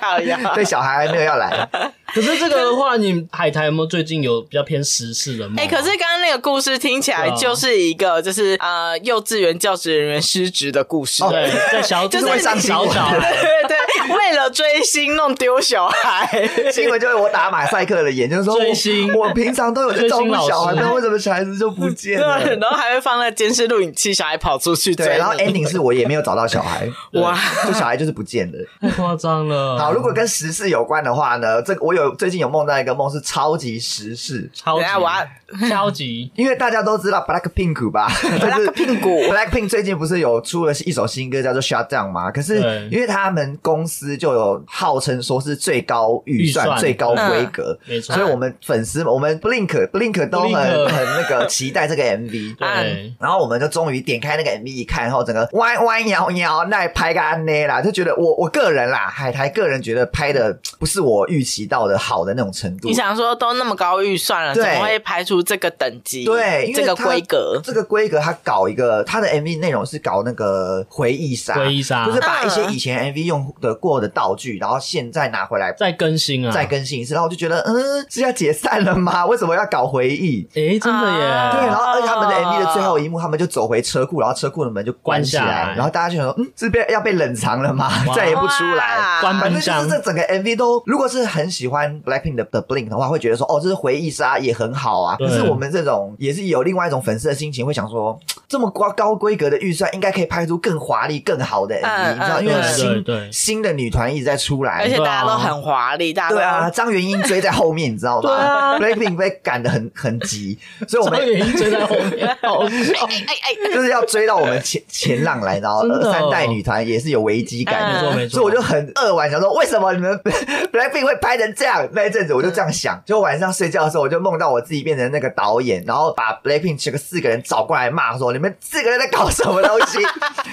B: 靠呀，
C: 对小孩还没有要来。
A: 可是这个的话，你海苔有没有最近有比较偏时事的梦啊？
B: 哎、可是刚刚那个故事听起来
A: 对啊
B: 就是一个，就是呃，幼稚园教职人员失职的故事。
C: 哦
A: 对，在小
B: 哦 就是
A: 这
B: 会
A: 小
C: 上啊新闻
A: 小 孩，
B: 对对，为了追星弄丢小 孩，
C: 新闻就是我打马赛克的眼，就是说
A: 追星
C: 我我平常都有在照顾小孩，
A: 追星老师
C: 那为什么小孩子就不见
B: 对，
C: 了？
B: 然后还会放在监视录影器，小孩跑出去追
C: 对，
B: 你，
C: 然后 ending 是我也没有找到小孩，
B: 哇，
C: 就小孩就是不见 了。
A: 太夸张了。
C: 好，如果跟时事有关的话呢，这个我有最近有梦到一个梦是超级时事，
A: 超级
B: 等一下我要
A: 超级
C: 因为大家都知道 Black Pink 吧 就是
B: 屁股
C: Black Pink 最近不是有出了一首新歌叫做 Shut Down 吗？可是
A: 对
C: 因为他们公司就有号称说是最高预算、
A: 预算嗯
C: 最高规格，
A: 没错
C: 所以，我们粉丝、我们 Blink Blink 都很
A: Blink
C: 很那个期待这个 MV。
B: 啊
A: 对，
C: 然后我们就终于点开那个 MV 一看，然后整个弯弯摇摇，那拍个安内啦，就觉得我我个人啦，海苔个人觉得拍的不是我预期到的好的那种程度
B: 你。想说都那么高预算了，怎
C: 对
B: 么会排出这个等级？
C: 对，因为
B: 这个
C: 它
B: 规格，
C: 这个规格，它搞一个它的 MV 内容是搞那个回忆杀，
A: 回忆杀
C: 就是把一些以前 MV 用的过的道具，然后现在拿回来
A: 再更新啊，
C: 再更新一次，然后我就觉得，嗯，是要解散了吗？ 为什么要搞回忆？
A: 哎，真的
B: 啊
A: 耶，
C: 对，然后而且他们的
B: 啊
C: MV 的最后一幕，他们就走回车库，然后车库的门就关起
A: 关下
C: 来，
A: 来
C: 然后大家就想说，嗯，是被要被冷藏了吗？
A: 哇
C: 再也不出来。
B: 哇
A: 关
C: 反
A: 门
C: 正啊
A: 箱
C: 就是这整个 MV 都，如果是很喜欢 Blackpink 的的 Blink 的话，会觉得说，哦，这是回忆杀，也很好啊。可
A: 对
C: 是我们这种也是有另外一种粉丝的心情，会想说，这么高高规格的预算，应该可以拍出更华丽、更好的 MV，、
B: 嗯
C: 你知道？
B: 嗯
C: 因为
A: 对
C: 新
A: 对对
C: 新的女团一直在出来，
B: 而且
A: 对啊
B: 大家都很华丽，大家都
C: 对啊，，张元英追在后面，你知 道吗、b
B: 啊
C: l a c k p i n k 被赶得很很急，所以我
A: 张
C: 们
A: 元英追在后面，好
C: 哦
A: 笑。
B: 哎哎 哎，
C: 就是要追到我们前 前浪来，然后
A: 真的哦
C: 三代女团也是有危机感
B: 嗯
C: 的，
A: 没错没错
C: 所以我就很扼腕，想说为什么你们 Blackpink 会拍成这样？那一阵子
A: 嗯
C: 我就这样想，就晚上睡觉的时候，我就梦到我自己变成那个导演，然后把 Blackpink 这个四个人找过来骂说：“你们四个人在搞什么东 西？”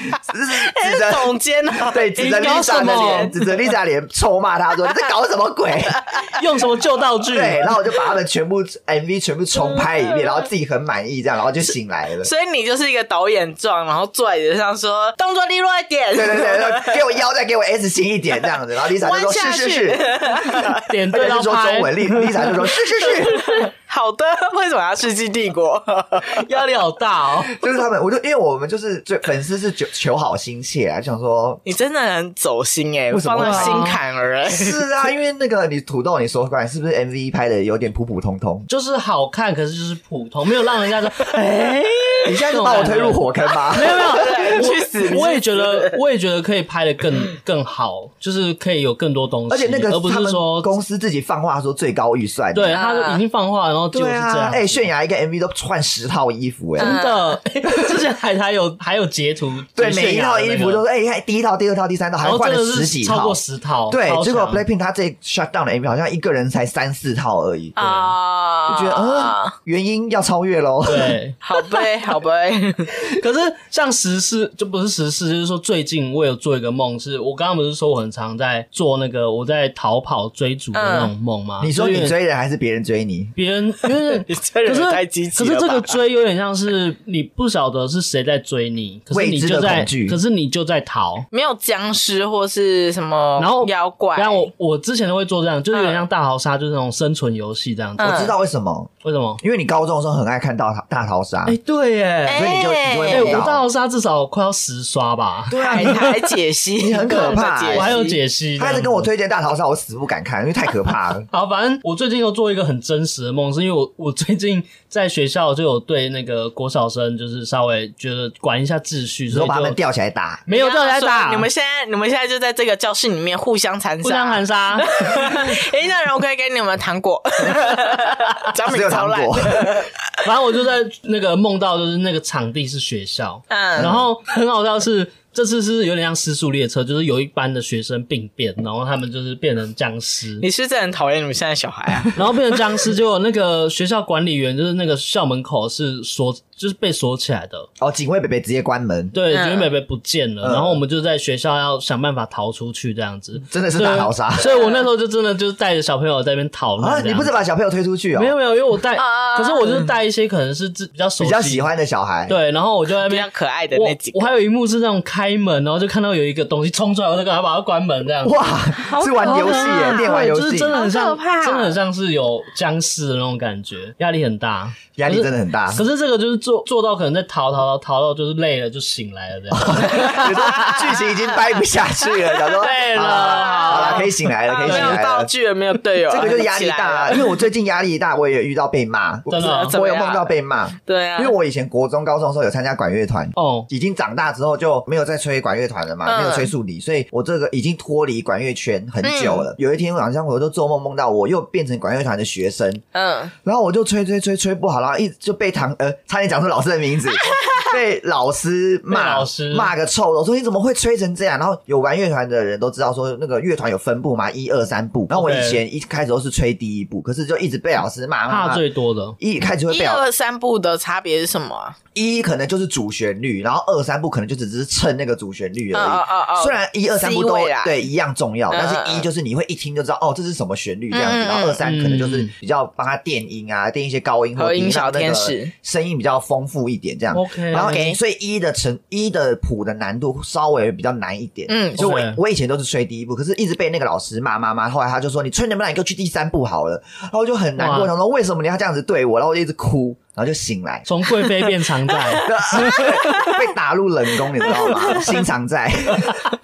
C: 指着
B: 总监啊，
C: 对指着
A: 哎你搞什
C: Lisa 的
A: 么
C: 脸，指着 Lisa 脸臭骂她说：“ 你在搞什么鬼？”
A: 用什么旧道具？
C: 对，然后我就把他们全部 MV 全部重拍一
A: 嗯
C: 遍，然后自己很满意，这样，然后就醒来了。
B: 所以你就是一个导演状，然后坐在椅子上说动作利落一点，
C: 对对对，然后给我腰再给我 S 型一点这样子，然后 Lisa 就说
B: 弯下
C: 是
B: 去
C: 是是，
A: 点
C: 而
A: 对
C: 且
A: 到
C: 就说
A: 拍
C: 中，文，Lisa 就说是是是，
B: 好的，为什么要世纪 帝国？
A: 压力好大哦。
C: 就是他们，我就因为我们就是最粉丝是求求好心切啊，就想说。
B: 你真的很走心哎、欸，
C: 为什么
B: 放
C: 会
B: 到
C: 啊
B: 心坎儿哎、
C: 是啊，因为那个你土豆你说过来，是不是 MV 拍的有点普普通通？
A: 就是好看，可是就是普通，没有让人家说，哎、
C: 你现在就把我推入火坑吗？
A: 没有没有， 我
B: 去死你
A: 我也觉得， 我也觉得可以拍的更更好，就是可以有更多东西，
C: 而且那个
A: 不
C: 他
A: 是
C: 们
A: 说
C: 公司自己放话说最高预算，
A: 对，他都已经放话，然后结果
C: 对
A: 是这
C: 啊
A: 样，，
C: 哎，泫雅一个 MV 都换十套衣服，哎，
A: 真的，之前海苔有还有截图，
C: 对，
A: 截
C: 每一
A: 炫耀
C: 套
A: 的
C: 衣
A: 那个
C: 服都是哎，看第一套、第二套、第三套，还
A: 然后
C: 换
A: 真
C: 了
A: 的
C: 十几
A: 是超
C: 套
A: 过，十套，
C: 对，
A: 哦超
C: 结果
A: 强
C: Blackpink 他这 shut down 的 MV 好像一个人才三四套而已，
B: 啊
C: 就觉得
A: 啊
C: 嗯，原因要超越喽。
A: 对，啊
B: 好呗，好呗，
A: 可是像时事就不是时事，就是说最近我有做一个梦，是我刚刚不是说我很常在做那个我在逃跑追逐的那种梦吗？
C: 你说
A: 就有
C: 你
A: 点
C: 追人还是别人追你？
A: 别人，因为
B: 你这
A: 可
B: 人
A: 是
B: 太积极
A: 可是
B: 了
A: 这个
B: 吧？
A: 追有点像是你不晓得是谁在追你，可是你就
C: 未知的恐
A: 在
C: 惧，
A: 可是你就在逃。
B: 没有僵尸或是什么，
A: 然后
B: 妖怪，
A: 然后我我之前都会做这样，就是有点像大逃杀，就是那种生存游戏这样子。
B: 嗯
C: 我知道为什么，
A: 为什么？
C: 因为你高中的时候很爱看大逃大逃杀
A: 哎、，对耶，耶！
C: 所以你就你就
A: 哎、
C: 会
A: 我
C: 梦
A: 大
C: 到。
A: 逃杀至少快要十刷吧，
C: 对啊，
B: 还
C: 你
B: 还解析，
C: 你很可 怕
B: 各种的
C: 对
A: 我还有
B: 析
A: 解析。。
C: 他一直跟我推荐大逃杀，我死不敢看，因为太可怕了
A: 好，反正我最近又做一个很真实的梦，是因为我 我最近在学校就有对那个国小生，就是稍微觉得管一下秩序，
C: 你
A: 所
C: 说
A: 以
C: 把他们
A: 就
C: 吊起来打，
A: 没有叫人家打，
B: 你们现在，你们现在就在这个教室里面互相残杀，
A: 互相 含杀，
B: 哎，那人我可以给你们糖果，奖
C: 只
B: 品
C: 有
B: 超
C: 糖
B: 烂
C: 果。
B: 的，
A: 反正我就在那个梦到，就是那个场地是学校，
B: 嗯，
A: 然后很好笑是，这次是有点像失速列车，就是有一班的学生病变，然后他们就是变成僵尸，
B: 你是不是很讨厌你们现在小孩 啊？
A: 然后变成僵尸，结果那个学校管理员就是那个校门口是锁，就是被锁起来的，
C: 哦，警卫北北直接关门，
A: 对，
B: 嗯
A: 觉得妹妹不见了，
C: 嗯
A: 然后我们就在学校要想办法逃出去这样子。
C: 真的是大逃杀
A: 所以我那时候就啊真的就是带着小朋友在那边讨论这
C: 啊！
A: 样子。
C: 你不是把小朋友推出去哦？
A: 没有没有，因为我带
B: 啊，
A: 可是我就是带一些可能是自比较熟
C: 比
A: 悉、
C: 较喜欢的小孩，，
A: 对，然后我就在那
B: 比
A: 边
B: 较可爱的
A: 我
B: 那几
A: 我
B: 个，
A: 还有一幕是那种开门，然后就看到有一个东西冲出来，我就赶快把它关门，这样。
C: 哇，是玩游
B: 可
C: 戏耶，
B: 怕
C: 电玩游
A: 对就是
C: 戏，
A: 真的很
B: 好
A: 像，
B: 可怕
A: 真的很像是有僵尸的那种感觉，压力很 大。
C: 压力真的很大。
A: 可是这个就是做做到可能在逃逃逃逃到就是累了就醒来了这 样。
C: 有时候剧情已经掰不下去了，想说
A: 累了
C: 好好了，可以醒来了，可以
B: 没
C: 醒
B: 有
C: 来
B: 道
C: 了。
B: 具了，没有队友了，
C: 这个就是压力大
B: 起来
C: 啊，
B: 了
C: 因为我最近压力大，我也遇到被骂，我
A: 真的啊
C: 我有梦到被骂，
B: 对啊，
C: 因为我以前国中、高中的时候有参加管乐团。
A: 哦，
C: 已经长大之后就没有再吹管乐团了嘛，
B: 嗯
C: 没有吹竖笛，所以我这个已经脱离管乐圈很久了。有一天晚上我就做梦梦到我又变成管乐团的学生，
B: 嗯，
C: 然后我就吹吹吹吹不好，然后一直就被堂呃差点讲出老师的 名字，被老师
A: 被
C: 骂
A: 老师
C: 骂个臭的。我说你怎么会吹成这样？然后有玩乐团的人都知道说那个乐团有分部嘛，一二三部。然后我
A: OK
C: 以前一开始都是吹第一部，可是就一直被老师骂骂
A: 怕
C: 骂。
A: 最多的
C: 一开始会
B: 一
C: 被老
B: 二三部的差别是什么啊？
C: 一可能就是主旋律，然后二三部可能就只是蹭那个主旋律而已。
B: 嗯哦哦哦
C: 虽然一二三部都
B: C 位啦
C: 对一样重要，
B: 嗯
C: 但是
B: 嗯
C: 一就是你会一听就知道哦，这是什么旋律这样子，
B: 嗯嗯
C: 然后二三
A: 嗯
C: 可能就是比较帮他电音啊，电一些高音或
B: 和
C: 低
B: 音
C: 让
B: 小
C: 那个
B: 天使
C: 声音比较丰富一点这样。
A: ，OK，
C: 然后
B: OK
C: 所以一的成一的谱的难度稍微比较难一点。
B: 嗯
C: 所以我
A: OK
C: 我以前都是吹第一步，可是一直被那个老师骂骂骂，后来他就说你吹能不能你给我去第三步好了，然后我就很难过，
A: 哇
C: 想说为什么你要这样子对我，然后我就一直哭，然后就醒来。
A: 从贵妃变常 在，
C: 啊被打入冷宫，你知道吗？心常在，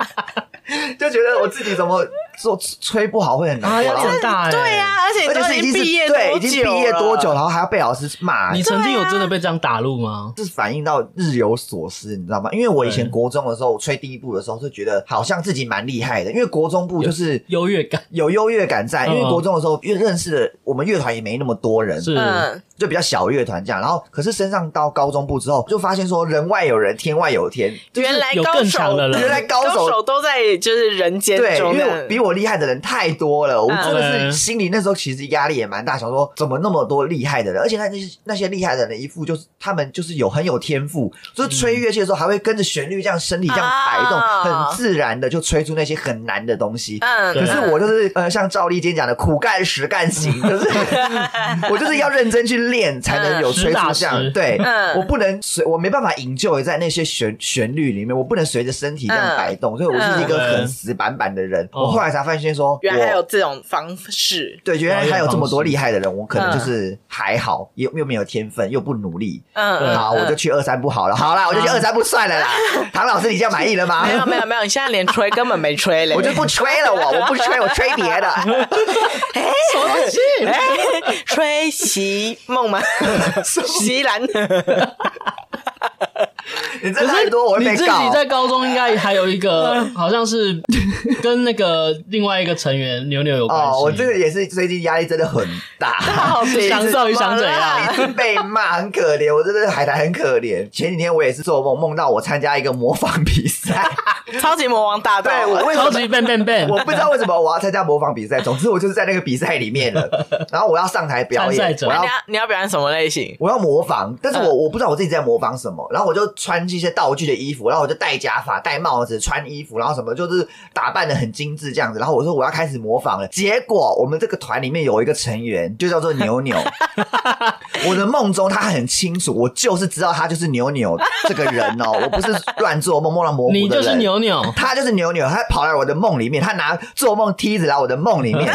C: 就觉得我自己怎么做吹不好会很难过。
A: 啊，压
C: 然
A: 力
C: 后
A: 很大哎。
B: 对呀，而且你
C: 而且
B: 都
C: 是已经是
B: 毕业
C: 对，已经毕业多久，
B: 了？
C: 然后还要被老师骂，
A: 你
C: 这
A: 曾经有
C: 啊
A: 真的被这样打入吗？
C: 是反映到日有所思，你知道吗？因为我以前
A: 对
C: 国中的时候，我吹第一部的时候，就觉得好像自己蛮厉害的，因为国中部就是。
A: 优越感
C: 有优越感在，因为
A: 嗯
C: 国中的时候，越认识的我们乐团也没那么多人，
A: 是
B: 嗯，
C: 就比较小乐团这样。然后，可是升上到高中部之后，就发现说人外有人，天外有天，
B: 原来
A: 有
B: 高
A: 更
B: 手
A: 强的人
C: 原来高
B: 高
C: 手
B: 手都在就是人间
C: 对，因
B: 中
C: 为
B: 的
C: 我比我厉害的人太多了，我
B: 嗯
C: 真的是
A: OK
C: 心里那时候其实压力也蛮大，想说怎么那么多厉害的人，而且那那些那些厉害的人一副就是他们就是有很有天赋，就是吹乐器的时候还会跟着旋律这样身体这样摆动，
B: 啊
C: 很自然的就吹出那些很难的东西。
B: 嗯，
A: 可
C: 可是我就是呃，像赵丽今天讲的苦干实干型，就是 我就是要认真去练才能有吹出这
A: 实打
C: 样。
A: 实
C: 对
B: 嗯，
C: 我不能随我没办法营救在那些旋旋律里面，我不能随着身体这样
B: 嗯
C: 摆动，所以我是一个
A: 嗯
C: 很死板板的人。
A: 哦
C: 我后来才发现说，
B: 原来还有
C: 我
B: 这种方式，
C: 对，原来还有这么多
A: 方式
C: 厉害的人，我可能
B: 嗯
C: 就是还好，又又没有天分，又不努力。
B: 嗯，嗯
C: 好，我就。去二三不好了。好啦，我就去
A: 嗯
C: 二三不算了啦。唐老师，你这样满意了 吗
B: 没？有没有没有，你现在连吹根本没吹嘞，
C: 我就不吹了，我我不吹，我吹别的。
B: 哎吹席梦 吗？席兰，
C: 你
A: 可
C: 这太
A: 是
C: 多，我会
A: 你
C: 被
A: 自己
C: 告。
A: 在高中应该还有一 个，好像是跟那个另外一个成员牛牛有关系。
C: 哦，我这个也是最近压力真的很大。
B: 好 别
A: 想到底想怎
C: 一
A: 样？
C: 直被骂，很可怜。我真的海苔很可怜。前几天我也是做梦，梦到我参加一个模仿比 赛。
B: 超级魔王大道，啊
C: 对我为什
A: 超
C: 么？
A: 级 bang bang bang，
C: 我不知道为什么我要参加模仿比赛，总之我就是在那个比赛里面了。然后我要上台表
A: 参赛
C: 演，
A: 者
C: 我要
B: 你要你要表演什么类型？
C: 我要模仿，但是我
B: 嗯
C: 我不知道我自己在模仿什么。然后我就穿一些道具的衣服，然后我就戴假发、戴帽子、穿衣服，然后什么就是打扮的很精致这样子。然后我说我要开始模仿了，结果我们这个团里面有一个成员就叫做 牛牛。我的梦中他很清楚，我就是知道他就是牛牛这个人哦，我不是乱做梦梦到模糊的
A: 你
C: 人。
A: 就是牛牛，
C: 他就是牛牛，他跑来我的梦里面，他拿 做梦梯子来我的梦里面，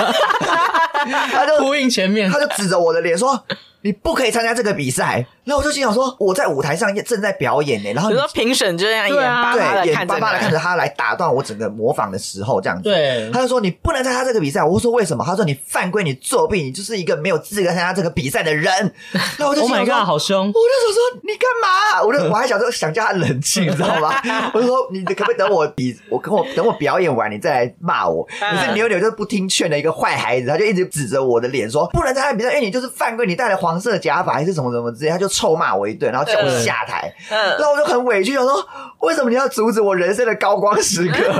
C: 他就
A: 呼应前面
C: 他就指着我的脸说：“你不可以参加这个比赛。然后我就心想说，我在舞台上正在表演呢、然后
B: 你
C: 你
B: 说评审就这样眼
A: 对啊
B: 巴巴
C: 对
B: 的
C: 眼
B: 看着
C: 巴巴的看
B: 你，
C: 着他来打断我整个模仿的时候，这样子。
A: 对
C: 他就说你不能参加这个比赛。我说为什么？他说你犯规，你作弊，你就是一个没有资格参加这个比赛的人。 那我就
A: ，Oh
C: 心
A: my
C: 想
A: god，
C: 说。
A: 好凶
C: 我！就想说你干嘛、我就我还想说想叫他冷静，你知道吗？我就说你可不可以等我比我跟我等我表演完你再来骂我？
B: 嗯
C: 可是牛牛就是不听劝的一个坏孩子，他就一直指着我的脸说不能参加比赛，因为你就是犯规，你戴了黄色假发还是什么什么之类，他就臭骂我一顿，然后叫我
A: 嗯
C: 下台。
B: 嗯，
C: 那我就很委屈，想说为什么你要阻止我人生的高光时刻？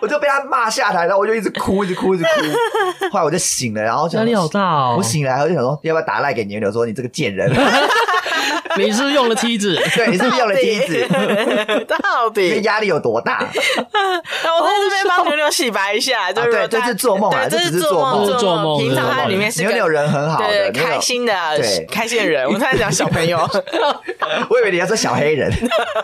C: 我就被他骂下台，然后我就一直哭，一直哭，一直哭。后来我就醒了，然后就
A: 压力好大哦！
C: 我，醒来，我就想说，要不要打赖给牛牛说你这个贱人？
A: 你是不是用了梯 子，
C: 对，你是不是用了梯子？
B: 到
C: 你的
B: 底，
C: 压力有多 大？
B: 那我在这边帮牛牛洗白一 下，就是
C: 对
B: 说
C: 这
B: 他
C: 是做梦啊
B: 对，
C: 这
B: 这
C: 只是
B: 做
A: 做梦
B: 做
A: 这是做梦
B: 平常他
A: 这是做梦
B: 里面是
C: 牛
B: 个
C: 牛人很好
B: 对
C: 的，牛
B: 开
C: 牛，
B: 心的
C: 对
B: 开心的人，我突然讲小朋 友，
C: 我以为你要说小黑 人，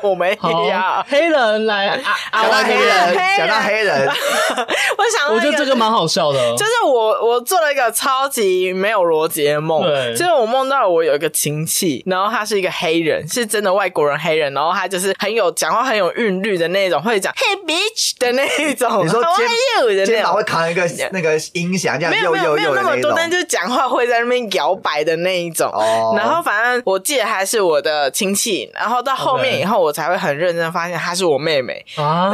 B: 我没
A: 好
B: 呀，，
A: 黑人来啊啊！
C: 讲到黑人
B: 黑人，
C: 讲到黑人，
B: 我想到
A: 我觉
B: 一
A: 得这个蛮好笑的，哦
B: 就是我，我做了一个超级没有逻辑的梦，
A: 对
B: 就是我梦到我有一个亲戚，然后他是一个黑人，是真的外国人黑人，然后他就是很有讲话很有韵律的那种，会讲 Hey bitch 的那一种，
C: 你说
B: How
C: 肩
B: are you 的
C: 肩
B: 那
C: 膀会
B: 种。
C: 扛一个那个音响，这样
B: 没有
C: 又
B: 没有
C: 又
B: 没有
C: 又的
B: 那么
C: 那
B: 多
C: 种，。
B: 但就是讲话会在那边摇摆的那一种。
C: 哦
B: 然后反正我记得还是我的亲戚，然后到后面
A: OK
B: 以后我才会很认真发现她是我妹妹。
A: 啊，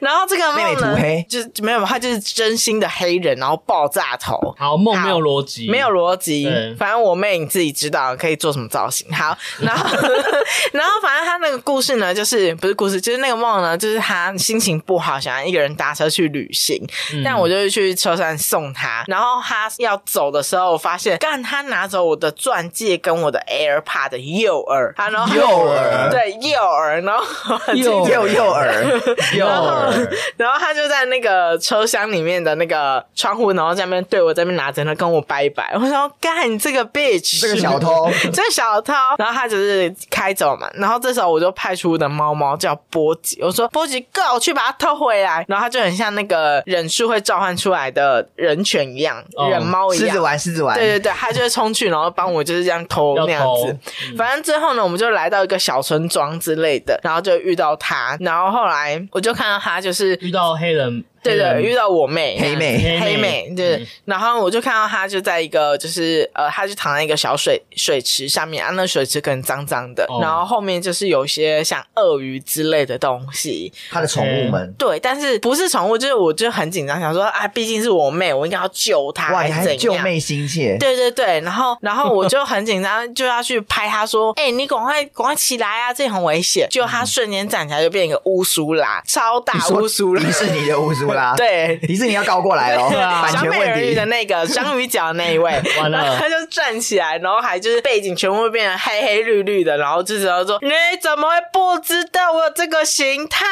B: 然后这个
C: 妹
B: 梦
C: 妹
B: 呢，
C: 涂黑
B: 就是没有，她就是真心的黑人，然后爆炸头。
A: 好梦没有逻辑，
B: 没有逻辑
A: 对，
B: 反正我妹你自己知道可以做什么造型。好，然后 然后反正她那个故事呢，就是不是故事，就是那个梦呢，就是她心情不好，想要一个人搭车去旅行，
A: 嗯
C: 嗯
B: 但我就去车站送她。然后她要走的时候，我发现干她拿走我的钻戒跟我的 AirPod 的右耳，她然后
C: 右耳
B: 对右耳，然后
A: 右
C: 右右耳，
A: 有
B: 然后，然后他就在那个车厢里面的那个窗户，然后在那边对我这边拿着，那跟我拜拜。我说：“干，你这个 bitch，
C: 这个小偷，
B: 这个小偷。”然后他就是开走嘛。然后这时候我就派出我的猫猫叫波吉，我说：“波吉，go 去把它偷回来。”然后他就很像那个人数会召唤出来的人犬一样，
A: 哦
B: 人猫一
C: 狮
B: 样
C: 子。丸，狮子丸，
B: 对对对，他就会冲去，然后帮我就是这样偷
A: 要
B: 那样
A: 偷
B: 子。 反正最后呢，我们就来到一个小村庄之类的，然后就遇到他，然后后来我就看到他就是。
A: 遇到黑人，
B: 对
A: 黑
B: 对，
A: 人
B: 遇到我妹
C: 黑妹嗯
B: 这样子
A: 黑
B: 黑
A: 妹
B: 妹对，然后我就看到他就在一个就是呃，他就躺在一个小水水池下面，啊，那水池可能脏脏的
A: 哦，
B: 然后后面就是有一些像鳄鱼之类的东西，
C: 他的宠物们。
B: 对，但是不是宠物，就是我就很紧张，想说啊，毕竟是我妹，我应该要救她，
C: 哇，你
B: 还
C: 还
B: 是怎
C: 救
B: 样？
C: 妹心切，
B: 对对对，然后然后我就很紧张，就要去拍他说：“哎、你赶快赶快起来啊，这很危险！”就他瞬间站起来，就变一个乌苏拉，超大
C: 嗯你
B: 乌苏
C: 说
B: 拉
C: 迪，士尼的乌苏拉，，
B: 对。
C: 迪士尼要告过来喽，
A: 啊
C: 版
B: 小
C: 权
B: 美
C: 问
B: 人鱼
C: 题
B: 的。那 个章鱼脚那一位，
A: 完了
B: 然后他就站起来，然后还就是背景全部变成黑黑绿绿的，然后就只要说你怎么会不知道我有这个形态？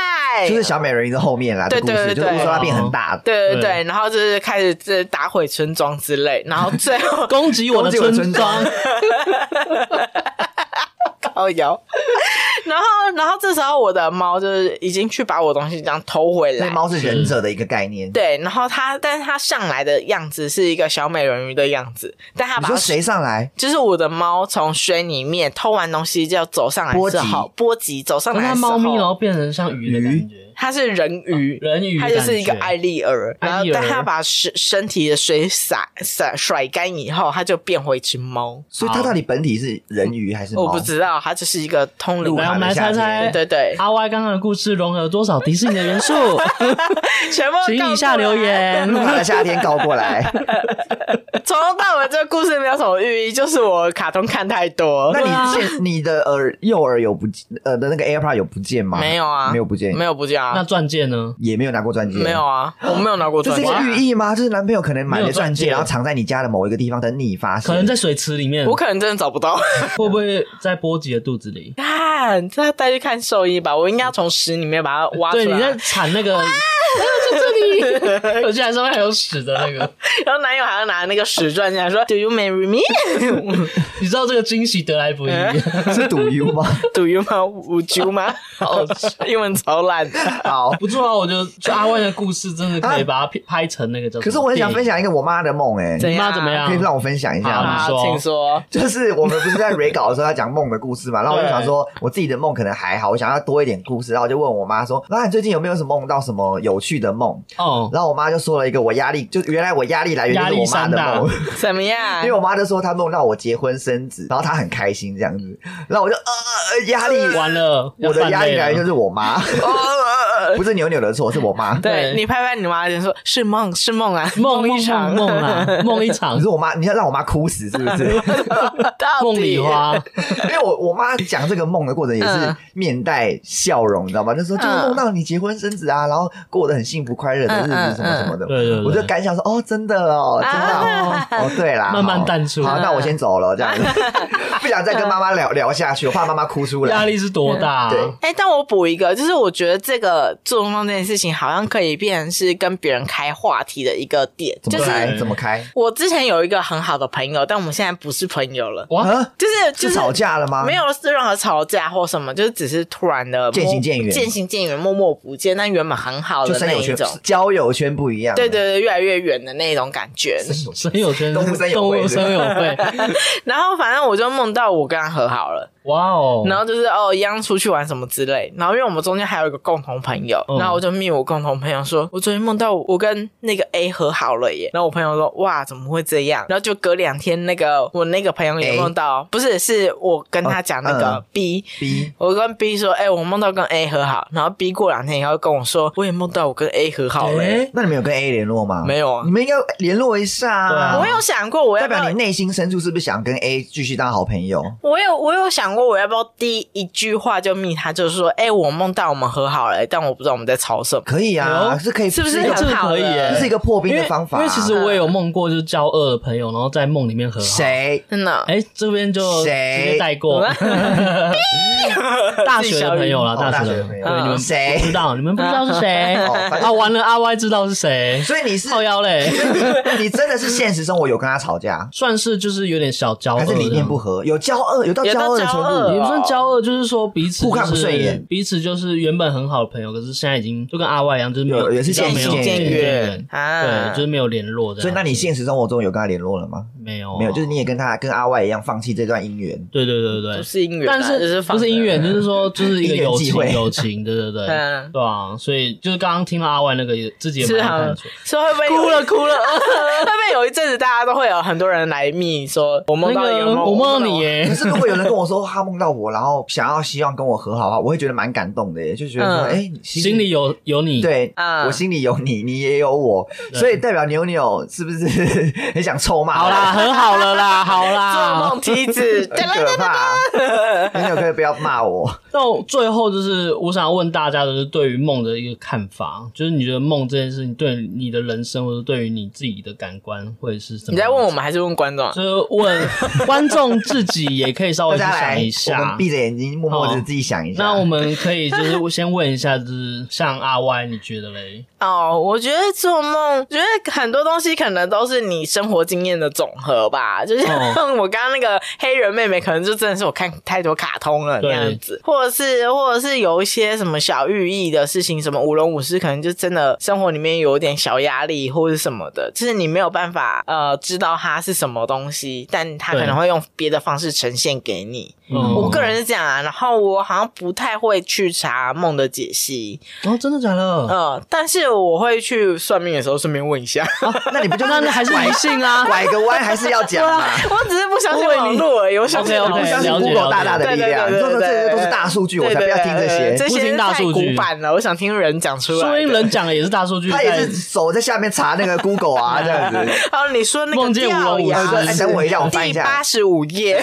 C: 就是小美人鱼的后面啦
B: 对
C: 的故事，
B: 对对
C: 就是乌苏拉变很大，
B: 对对对，
A: 对
B: 然后就是开始这打毁村庄之类，然后最后
A: 攻击我的
C: 攻击我的
A: 村
C: 村庄
A: 庄，
B: 哦，有。然后，然后这时候我的猫就是已经去把我东西这样偷回
C: 所以
B: 来。
C: 猫是忍者的一个概念。
B: 对，然后它，但是它上来的样子是一个小美人鱼的样子，但它
C: 你
B: 把
C: 说
B: 它
C: 谁上来？
B: 就是我的猫从水里面偷完东西就要走上来
C: 波
B: 之
C: 及
B: 后，波及走上
A: 可
B: 来
A: 是
B: 的
A: 哦它
B: 时
A: 猫咪然后
B: 候，
A: 变成像鱼的感觉，
B: 它是人鱼，
A: 人鱼的
B: 它
A: 感觉，
B: 就是一个艾丽尔，然后
A: 艾丽尔
B: 但它把身身体的水洒洒甩干以后，它就变回一只猫。
C: 所以它到底本体是人鱼还是猫？
B: 我不知道，它就是一个通灵
C: 鹿
A: 来，
C: 晗
A: 我
B: 的，
A: 们来猜猜，
B: 对对对，
A: 阿 Y 刚刚的故事融合多少迪士尼的元素？
B: 全部
A: 请
B: 告
A: 以下
B: 诉我
A: 留言。
C: 鹿 晗的夏天告过来，
B: 从头到尾这个故事没有什么寓意，就是我卡通看太多。
C: 那
A: 对啊
C: 你现你的耳右耳有不见呃的那个 AirPod 有不见吗？
B: 没有啊
C: 没有不见，
B: 没有不见
A: 那
B: 啊，
A: 钻戒呢？
C: 也没有拿过钻戒，
B: 没有。啊，我没有拿过
C: 这
B: 钻
C: 是一
B: 戒啊
C: 个。寓意吗？就是男朋友可能买
A: 没
C: 了
A: 有钻
C: 钻
A: 戒
C: 戒，然后藏在你家的某一个地方，等你发现。
A: 可能在水池里面，
B: 我可能真的找不到，
A: 会不会在波吉的肚子里？
B: 看，再带去看兽医吧。我应该要从屎里面把它挖出
A: 对，你在
B: 来。
A: 铲那个，哎呦在这里，我 竟然上面还有屎的那个，
B: 然后男友还要拿那个屎钻进来说 “Do you marry me？”
A: 你知道这个惊喜得来不易，
C: 是赌 U 吗？
B: Do you 吗？Would you 吗？ 好，英文超烂的。
C: 好，
A: 不错啊！我觉得就阿万的故事真的可以把它拍拍成那个叫什么。
C: 可是我很想分享一个我妈的梦、欸，
B: 怎
A: 电影，你妈
B: 样
A: 怎么样？
C: 可以让我分享一下
A: 好
C: 吗？
A: 你
B: 好，啊
A: 说
B: 请说。
C: 就是我们不是在 re 稿的时候要讲梦的故事 嘛，然后我就想说我自己的梦可能还好，我想要多一点故事，然后我就问我妈说：“那你最近有没有什么梦到什么有趣的梦？”
A: 哦，
C: 然后我妈就说了一个我压力，就原来我压力来源
A: 压
C: 就
A: 力
C: 是我妈
A: 山
C: 的
A: 大
C: 梦，
B: 怎么样
C: 因为？我妈就说她梦到我结婚生子，然后她很开心这样子，然后我就呃呃呃压力，
A: 完了，
C: 我
A: 要
C: 的
A: 犯
C: 压力
A: 累
C: 来源就
A: 了
C: 是我妈，
A: 呃
C: 不是牛牛的错，是我 妈。
B: 对
A: 对
B: 你拍拍你妈，就说是梦，是梦啊，
A: 梦
B: 一
A: 一场
B: 场
A: 梦啊，梦一场
C: 你，说我妈，你要让我妈哭死是不是？
B: 到底
A: 梦里 花，
C: 因为我我妈讲这个梦的过程也是
B: 嗯
C: 面带笑容，你知道吗？就说
B: 嗯
C: 就是梦到你结婚生子啊，然后过得很幸福快乐的日子什么什么
A: 嗯
C: 的。
A: 嗯嗯对对对
C: 我就感想说，哦，真的哦，
B: 啊
C: 真的哦， 哦对啦，
A: 慢慢
C: 好
A: 淡出
C: 好，那我先走了，这样子，不想再跟妈妈聊聊下去，我怕妈妈哭出
A: 压
C: 来。
A: 力是多大啊？
C: 对
B: 哎、但我补一个，就是我觉得这个做梦这件事情，好像可以变成是跟别人开话题的一个点。
C: 怎
B: 就
C: 么
B: 是
C: 开？怎么开？
B: 我之前有一个很好的朋友，但我们现在不是朋友了，
A: 哇，
C: 啊，
B: 就是就是
C: 吵架了吗？
B: 没，有是任何吵架或什么，就是只是突然的
C: 渐行渐远
B: 渐行渐远，默默不见，但原本很好
C: 就
B: 的
C: 生
B: 那
C: 友
B: 一
C: 圈
B: 种，、
C: 交友圈不一样。
B: 对对对，越来越远的那种感觉。
C: 生友圈，
A: 生有圈，
C: 动物生友
A: 动
C: 会
A: 物
C: 是不是
A: 生友 会，
B: 然后反正我就梦到我跟他和好了，
A: 哇哦，
B: 然后就是哦，一样出去玩什么之类。然后因为我们中间还有一个共同朋友，
A: 嗯
B: 然后我就密我共同朋友说，我昨天梦到我跟那个 A 和好了耶。然后我朋友说，哇，怎么会这样？然后就隔两天，那个我那个朋友也
C: A？
B: 梦到，不是，是我跟他讲那
C: 嗯
B: 个 B，、
C: B
B: 我跟 B 说，哎、我梦到跟 A 和好，然后 B 过两天以后跟我说，我也梦到我跟 A 和好了耶、
A: 哎
C: 那你们有跟 A 联络吗？
B: 没有啊
C: 你们应该联络一下
A: 对
C: 啊。
A: 啊
B: 我有想过我
C: 代
B: 要不
C: 表
B: 要
C: 你，内心深处是不是想跟 A 继续当好朋友？
B: 我有我有想过我要不要第一句话就密他，就是说，哎、我梦到我们和好了耶、但我不知道我们在吵什么。
C: 可以
A: 哎
C: 啊，
A: 呦
C: 是可以，
B: 是不是
C: 一
A: 哎
C: 个
A: 这
B: 很
A: 个
B: 好
A: 可以
B: 的
A: 耶，
C: 这是一个破冰
A: 因
C: 的
A: 为
C: 方法啊？
A: 因为其实我也有梦过，就是交恶的朋友，然后在梦里面和好。？
C: 谁
B: 真的，
A: 哎，这边就直
C: 谁
A: 接带过。 大学的朋友啦，
C: 自己小
A: 大学
C: 雨
A: 的
C: 哦
A: 朋友，对
B: 学的
C: 大
B: 朋友
A: 你们
C: 谁
A: 不知道，你们不知道是谁
C: 哦反正
A: 啊？完了，阿 Y 知道是 谁，
C: 所以你是
A: 靠腰 嘞，
C: 你真的是现实生活有跟他吵架，
A: 算是就是有点小交恶，
C: 还是理念不？合？有交恶，有到
B: 有到
C: 交恶的程
B: 交
C: 度
B: 恶？
A: 也不算交恶，就是说彼此
C: 呃互看不
A: 就是
C: 顺眼
A: 彼此就是原本很好的朋友，可是现在已经就跟阿 Y 一样，就是没
C: 有
A: 有
C: 也是
A: 比较
C: 渐
A: 没有
C: 行渐
A: 渐
B: 远
A: 远
B: 啊
A: 对，就是没有联络的。
C: 所以那你现实生活中有跟他联络了吗？
A: 没有啊
C: 没有，就是你也跟他跟阿外一样放弃这段姻缘。
A: 对对对对
B: 不
A: 对，
B: 是姻缘啊，
A: 但
B: 就是放
A: 不是姻缘，就是说 就是一个
C: 因缘
A: 友
C: 际
A: 情
C: 会
A: 友情，对对对，
B: 嗯
A: 对啊，所以就是刚刚听到阿万那个也自己也
B: 是啊
A: 蛮
B: 很
A: 感触，
B: 说会不会哭 了哭了，会不会有一阵子大家都会有很多人来密说，
A: 那
B: 我梦到一个
A: 个
B: 梦，
A: 我梦到你
C: 可
A: 耶，
C: 是如果有人跟我说 他梦到我，然后想要希望跟我和好的话，我会觉得蛮感动的耶，就觉得说，
B: 嗯
C: 哎，其实
A: 心里有有你，嗯
C: 对，
B: 啊
C: 我心里有你，你也有我，所以代表牛牛是不是 很想臭骂？
A: 好啦，，很好了啦，好
B: 做
A: 啦
B: 梦。梯 子，
C: 很可怕。牛牛可以不要骂我，
A: 到最后就是我想要问大家，就是对于梦的一个看法，就是你觉得梦这件事情对你的人生，或者对于你自己的感官，会是什么？
B: 你在问我？们还是问观众啊？
A: 就是问观众自己，也可以稍微
C: 大
A: 去
C: 家来，
A: 哦想一
C: 我们
A: 下。
C: 闭
B: 啊
C: 着眼睛，默默的
A: 好
C: 自己想一下。
A: 那我们可以就是先问一下，就是像阿 Y，你觉得嘞？
B: 哦，我觉得做梦，觉得很多东西可能都是你生活经验的总和吧。就
A: 哦
B: 像 我刚刚那个黑人妹妹，可能就真的是我看太多卡通了那
A: 对
B: 样子，或者是或者是有一些什么小寓意的事情，什么舞龙舞狮，可能就真的生活里面有点小压力或者什么的，就是你没有办法呃知道它是什么东西，但它可
A: 对
B: 能会用别的方式呈现给你。
A: 嗯
B: 我个人是这样啊，然后我好像不太会去查梦的解析，
A: 哦，真的假的？
B: 嗯，但是我会去算命的时候顺便问一 下，
C: 那你不 就
A: 那那还是迷信啊？
C: 拐个弯还是要 讲嘛？
B: 我只是不相信网络而已，我相信
A: 啊 OK，OK，
B: 网
C: 不
B: 络
A: 了解
C: 相信
A: 了解
C: Google 大大的力量，你
B: 对对
C: 说
B: 对对
C: 的这
B: 对
C: 些都是大数据，我才不要听这
B: 对对对
C: 些。
B: 这
A: 不
B: 些
A: 听大数
B: 太
A: 据
B: 古板了，我想听人讲出来的。
A: 说明人讲的也是大数据，
C: 他也是手在下面查那个 Google 啊，这样子。
B: 哦，你说那个
A: 梦见舞
B: 调
A: 龙舞
C: 我说，哎，
B: 呀，
C: 等我一下，我翻一
B: 第八
C: 下
B: 十五页，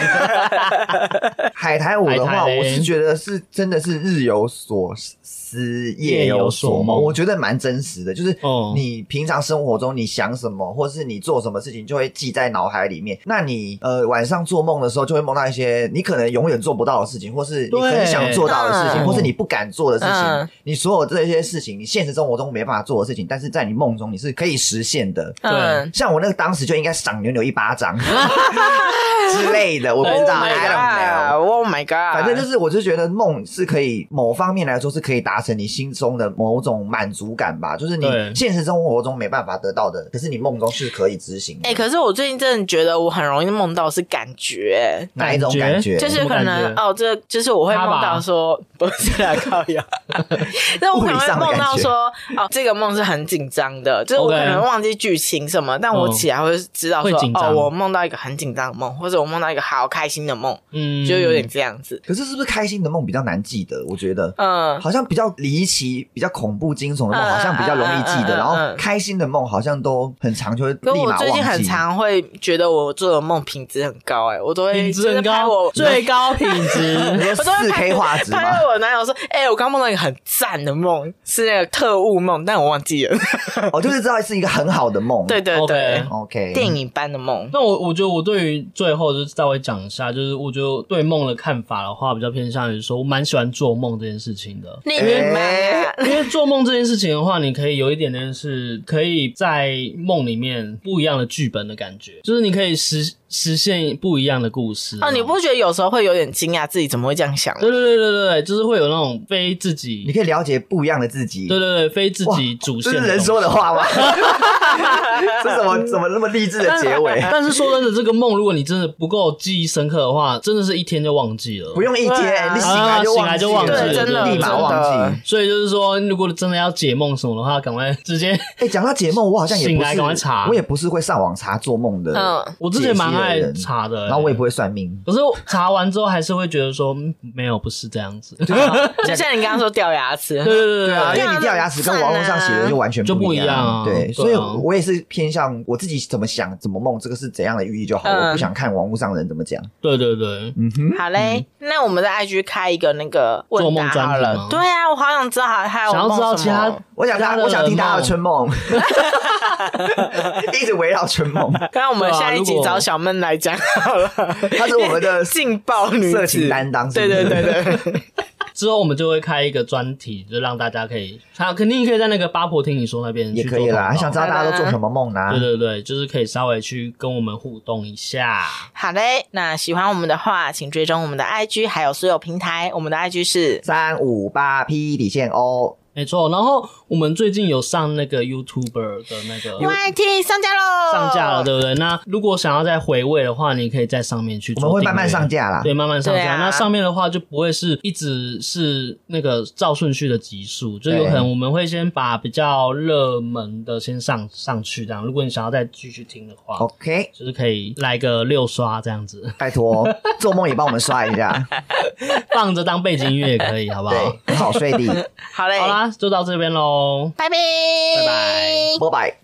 C: 海苔舞
A: 海
C: 的话，
A: 苔嘞
C: 我是觉得是真的是日有所思，思
A: 夜
C: 夜有所
A: 有所
C: 梦，
A: 梦
C: 我觉得蛮真实的。就是
A: 哦
C: 你平常生活中你想什么，或是你做什么事情，就会记在脑海里面。那你呃晚上做梦的时候，就会梦到一些你可能永远做不到的事情，或是你
A: 对
C: 很想做到的事情，
A: 嗯
C: 或是你不敢做的事情。
B: 嗯
C: 你所有这些事情，你现实生活中没办法做的事情，但是在你梦中你是可以实现的。
B: 嗯，
C: 像我那个当时就应该赏牛牛一巴 掌之类的，我不知道
A: Oh my
C: ，I don't know。
B: o h Oh my god！
C: 反正就是，我就觉得梦是可以某方面来说是可以达成你心中的某种满足感吧，就是你
A: 对
C: 现实生活中没办法得到的，可是你梦中是可以执行的。
B: 哎、可是我最近真的觉得我很容易梦到是感觉、
C: 哪一种感
A: 感
C: 觉？
A: 觉
B: 就是可
A: 什
B: 能
A: 么感觉
B: 哦，这就是我会
A: 他吧
B: 梦到说，不是啦，靠 呀，那我可能会梦到说，哦，这个梦是很紧张的，就是我
A: OK
B: 可能忘记剧情什么，但我
A: 嗯
B: 起来会知道说
A: 会，紧
B: 哦，
A: 张
B: 我梦到一个很紧张的梦，或者我梦到一个好开心的梦，
A: 嗯，
B: 就有点这样子。
C: 可是是不是开心的梦比较难记得？我觉得。
B: 嗯，
C: 好像比较离奇、比较恐怖、惊悚的梦，
B: 嗯
C: 好像比较容易记
B: 嗯嗯
C: 得。
B: 嗯
C: 然后
B: 嗯
C: 开心的梦好像都很长，就会立
B: 可我
C: 马
B: 最近
C: 忘
B: 很
C: 记。
B: 常会觉得我做的梦品质很高、哎，我都会
A: 品质
B: 就是
A: 很
B: 拍
A: 高
B: 我，
A: 最高品
C: 你
A: 质。
C: 说
B: 我都会
C: 四
B: 拍
C: K 画质吗？
B: 拍我男友说：“哎、我刚梦到一个很赞的梦，是那个特务梦，但我忘记了。
C: 我哦就是知道是一个很好的梦。
B: 对对对
A: OK
C: ，OK，
B: 电影般的梦。
A: 那我我觉得我对于最后就是稍微讲一下，就是我觉得对梦的看法的话，比较偏向于说，我蛮喜欢做梦这件事情的。
B: 你啊
C: 哎
B: 妈呀！
A: 因为做梦这件事情的话，你可以有一点点是可以在梦里面不一样的剧本的感觉，就是你可以实实现不一样的故事。啊
B: 哦，你不觉得有时候会有点惊讶自己怎么会这样想吗？
A: 对？对对对对对，就是会有那种非自
C: 你
A: 己，
C: 可以了解不一样的自己。
A: 对对对，非自己
C: 哇
A: 主
C: 这
A: 线
C: 是
A: 的
C: 人
A: 东西
C: 说的 话吗？这怎么怎么那么励志的结尾？
A: 但是说真的，这个梦如果你真的不够记忆深刻的话，真的是一天就忘记了。
C: 不用一
B: 对
C: 天，
B: 啊
C: 你醒来就忘
A: 啊醒来
C: 记
A: 就忘记
C: 了，
A: 了对真的
C: 立马
A: 真的
C: 忘记。
A: 所以就是说，如果真的要解梦什么的话，赶快直接。
C: 哎，讲到解梦，我好像也
A: 醒
C: 不
A: 来
C: 是
A: 赶快查，
C: 我也不是会上网查做梦的，
B: 嗯
A: 我之前蛮爱，查的、欸
C: 然后我也不
A: 会。
C: 会算命。
A: 可是查完之后还是会觉得说，嗯没有，不是这样 子。对
B: 就像你刚刚说掉牙齿，
A: 对对对
C: 啊对啊，因为你掉牙齿跟网络上写的就完全
A: 就不
C: 一
A: 一样啊
C: 对，
A: 对啊
C: 所以我也是偏向我自己怎么想、怎么梦，这个是怎样的寓意就好，
B: 嗯
A: 啊
C: 我不想看网络上人怎么讲。
A: 对对对，
C: 嗯哼，
B: 好嘞，那我们在 IG 开一个那个问答好
A: 做梦专题
B: 了
A: 吗。
B: 对啊，我好想知道还还有
A: 想要知道
B: 梦什么
A: 其他
C: 我
A: 大
C: 想
A: 家
C: 看，
A: 的
C: 我想听大家的
A: 梦
C: 春 梦， 一直围绕春梦，
B: 刚刚我们
A: 对啊
B: 下一集
A: 如果
B: 找小闷来讲好了，
C: 她是我们的
B: 劲爆女
C: 色
B: 子
C: 情担当是
B: 对
C: 不是
B: 对对对，
A: 之后我们就会开一个专题，就让大家可以，他肯定可以在那个八婆听你说那边
C: 也
A: 去
C: 可
A: 做
C: 以啦。
A: 投稿
C: 想知道大家都做什么梦呢、
A: 对对对，就是可以稍微去跟我们互动一下。
B: 好嘞，那喜欢我们的话，请追踪我们的 IG，还有所有平台。我们的 IG 是
C: 三五八 P 底线 O，
A: 没错，然后我们最近有上那个 YouTuber 的那个
B: YT 上架喽，
A: 上架了，对不对？那如果想要再回味的话，你可以在上面去
C: 我
A: 做订
C: 们
A: 阅。
C: 会慢慢上架啦。
A: 对，慢慢上
B: 对
A: 架。
B: 啊
A: 那上面的话就不会是一直是那个照顺序的集数，就有可能我们会先把比较热门的先上上去，这样。如果你想要再继续听的话，
C: OK，
A: 就是可以来个六刷这样子，
C: 拜托，做梦也帮我们刷一 下，
A: 放着当背景音乐也可以，好不好？
C: 对，很好睡的，
B: 好嘞，
A: 好啦，就到这边喽。
B: 拜拜，
A: 拜拜
C: 拜拜。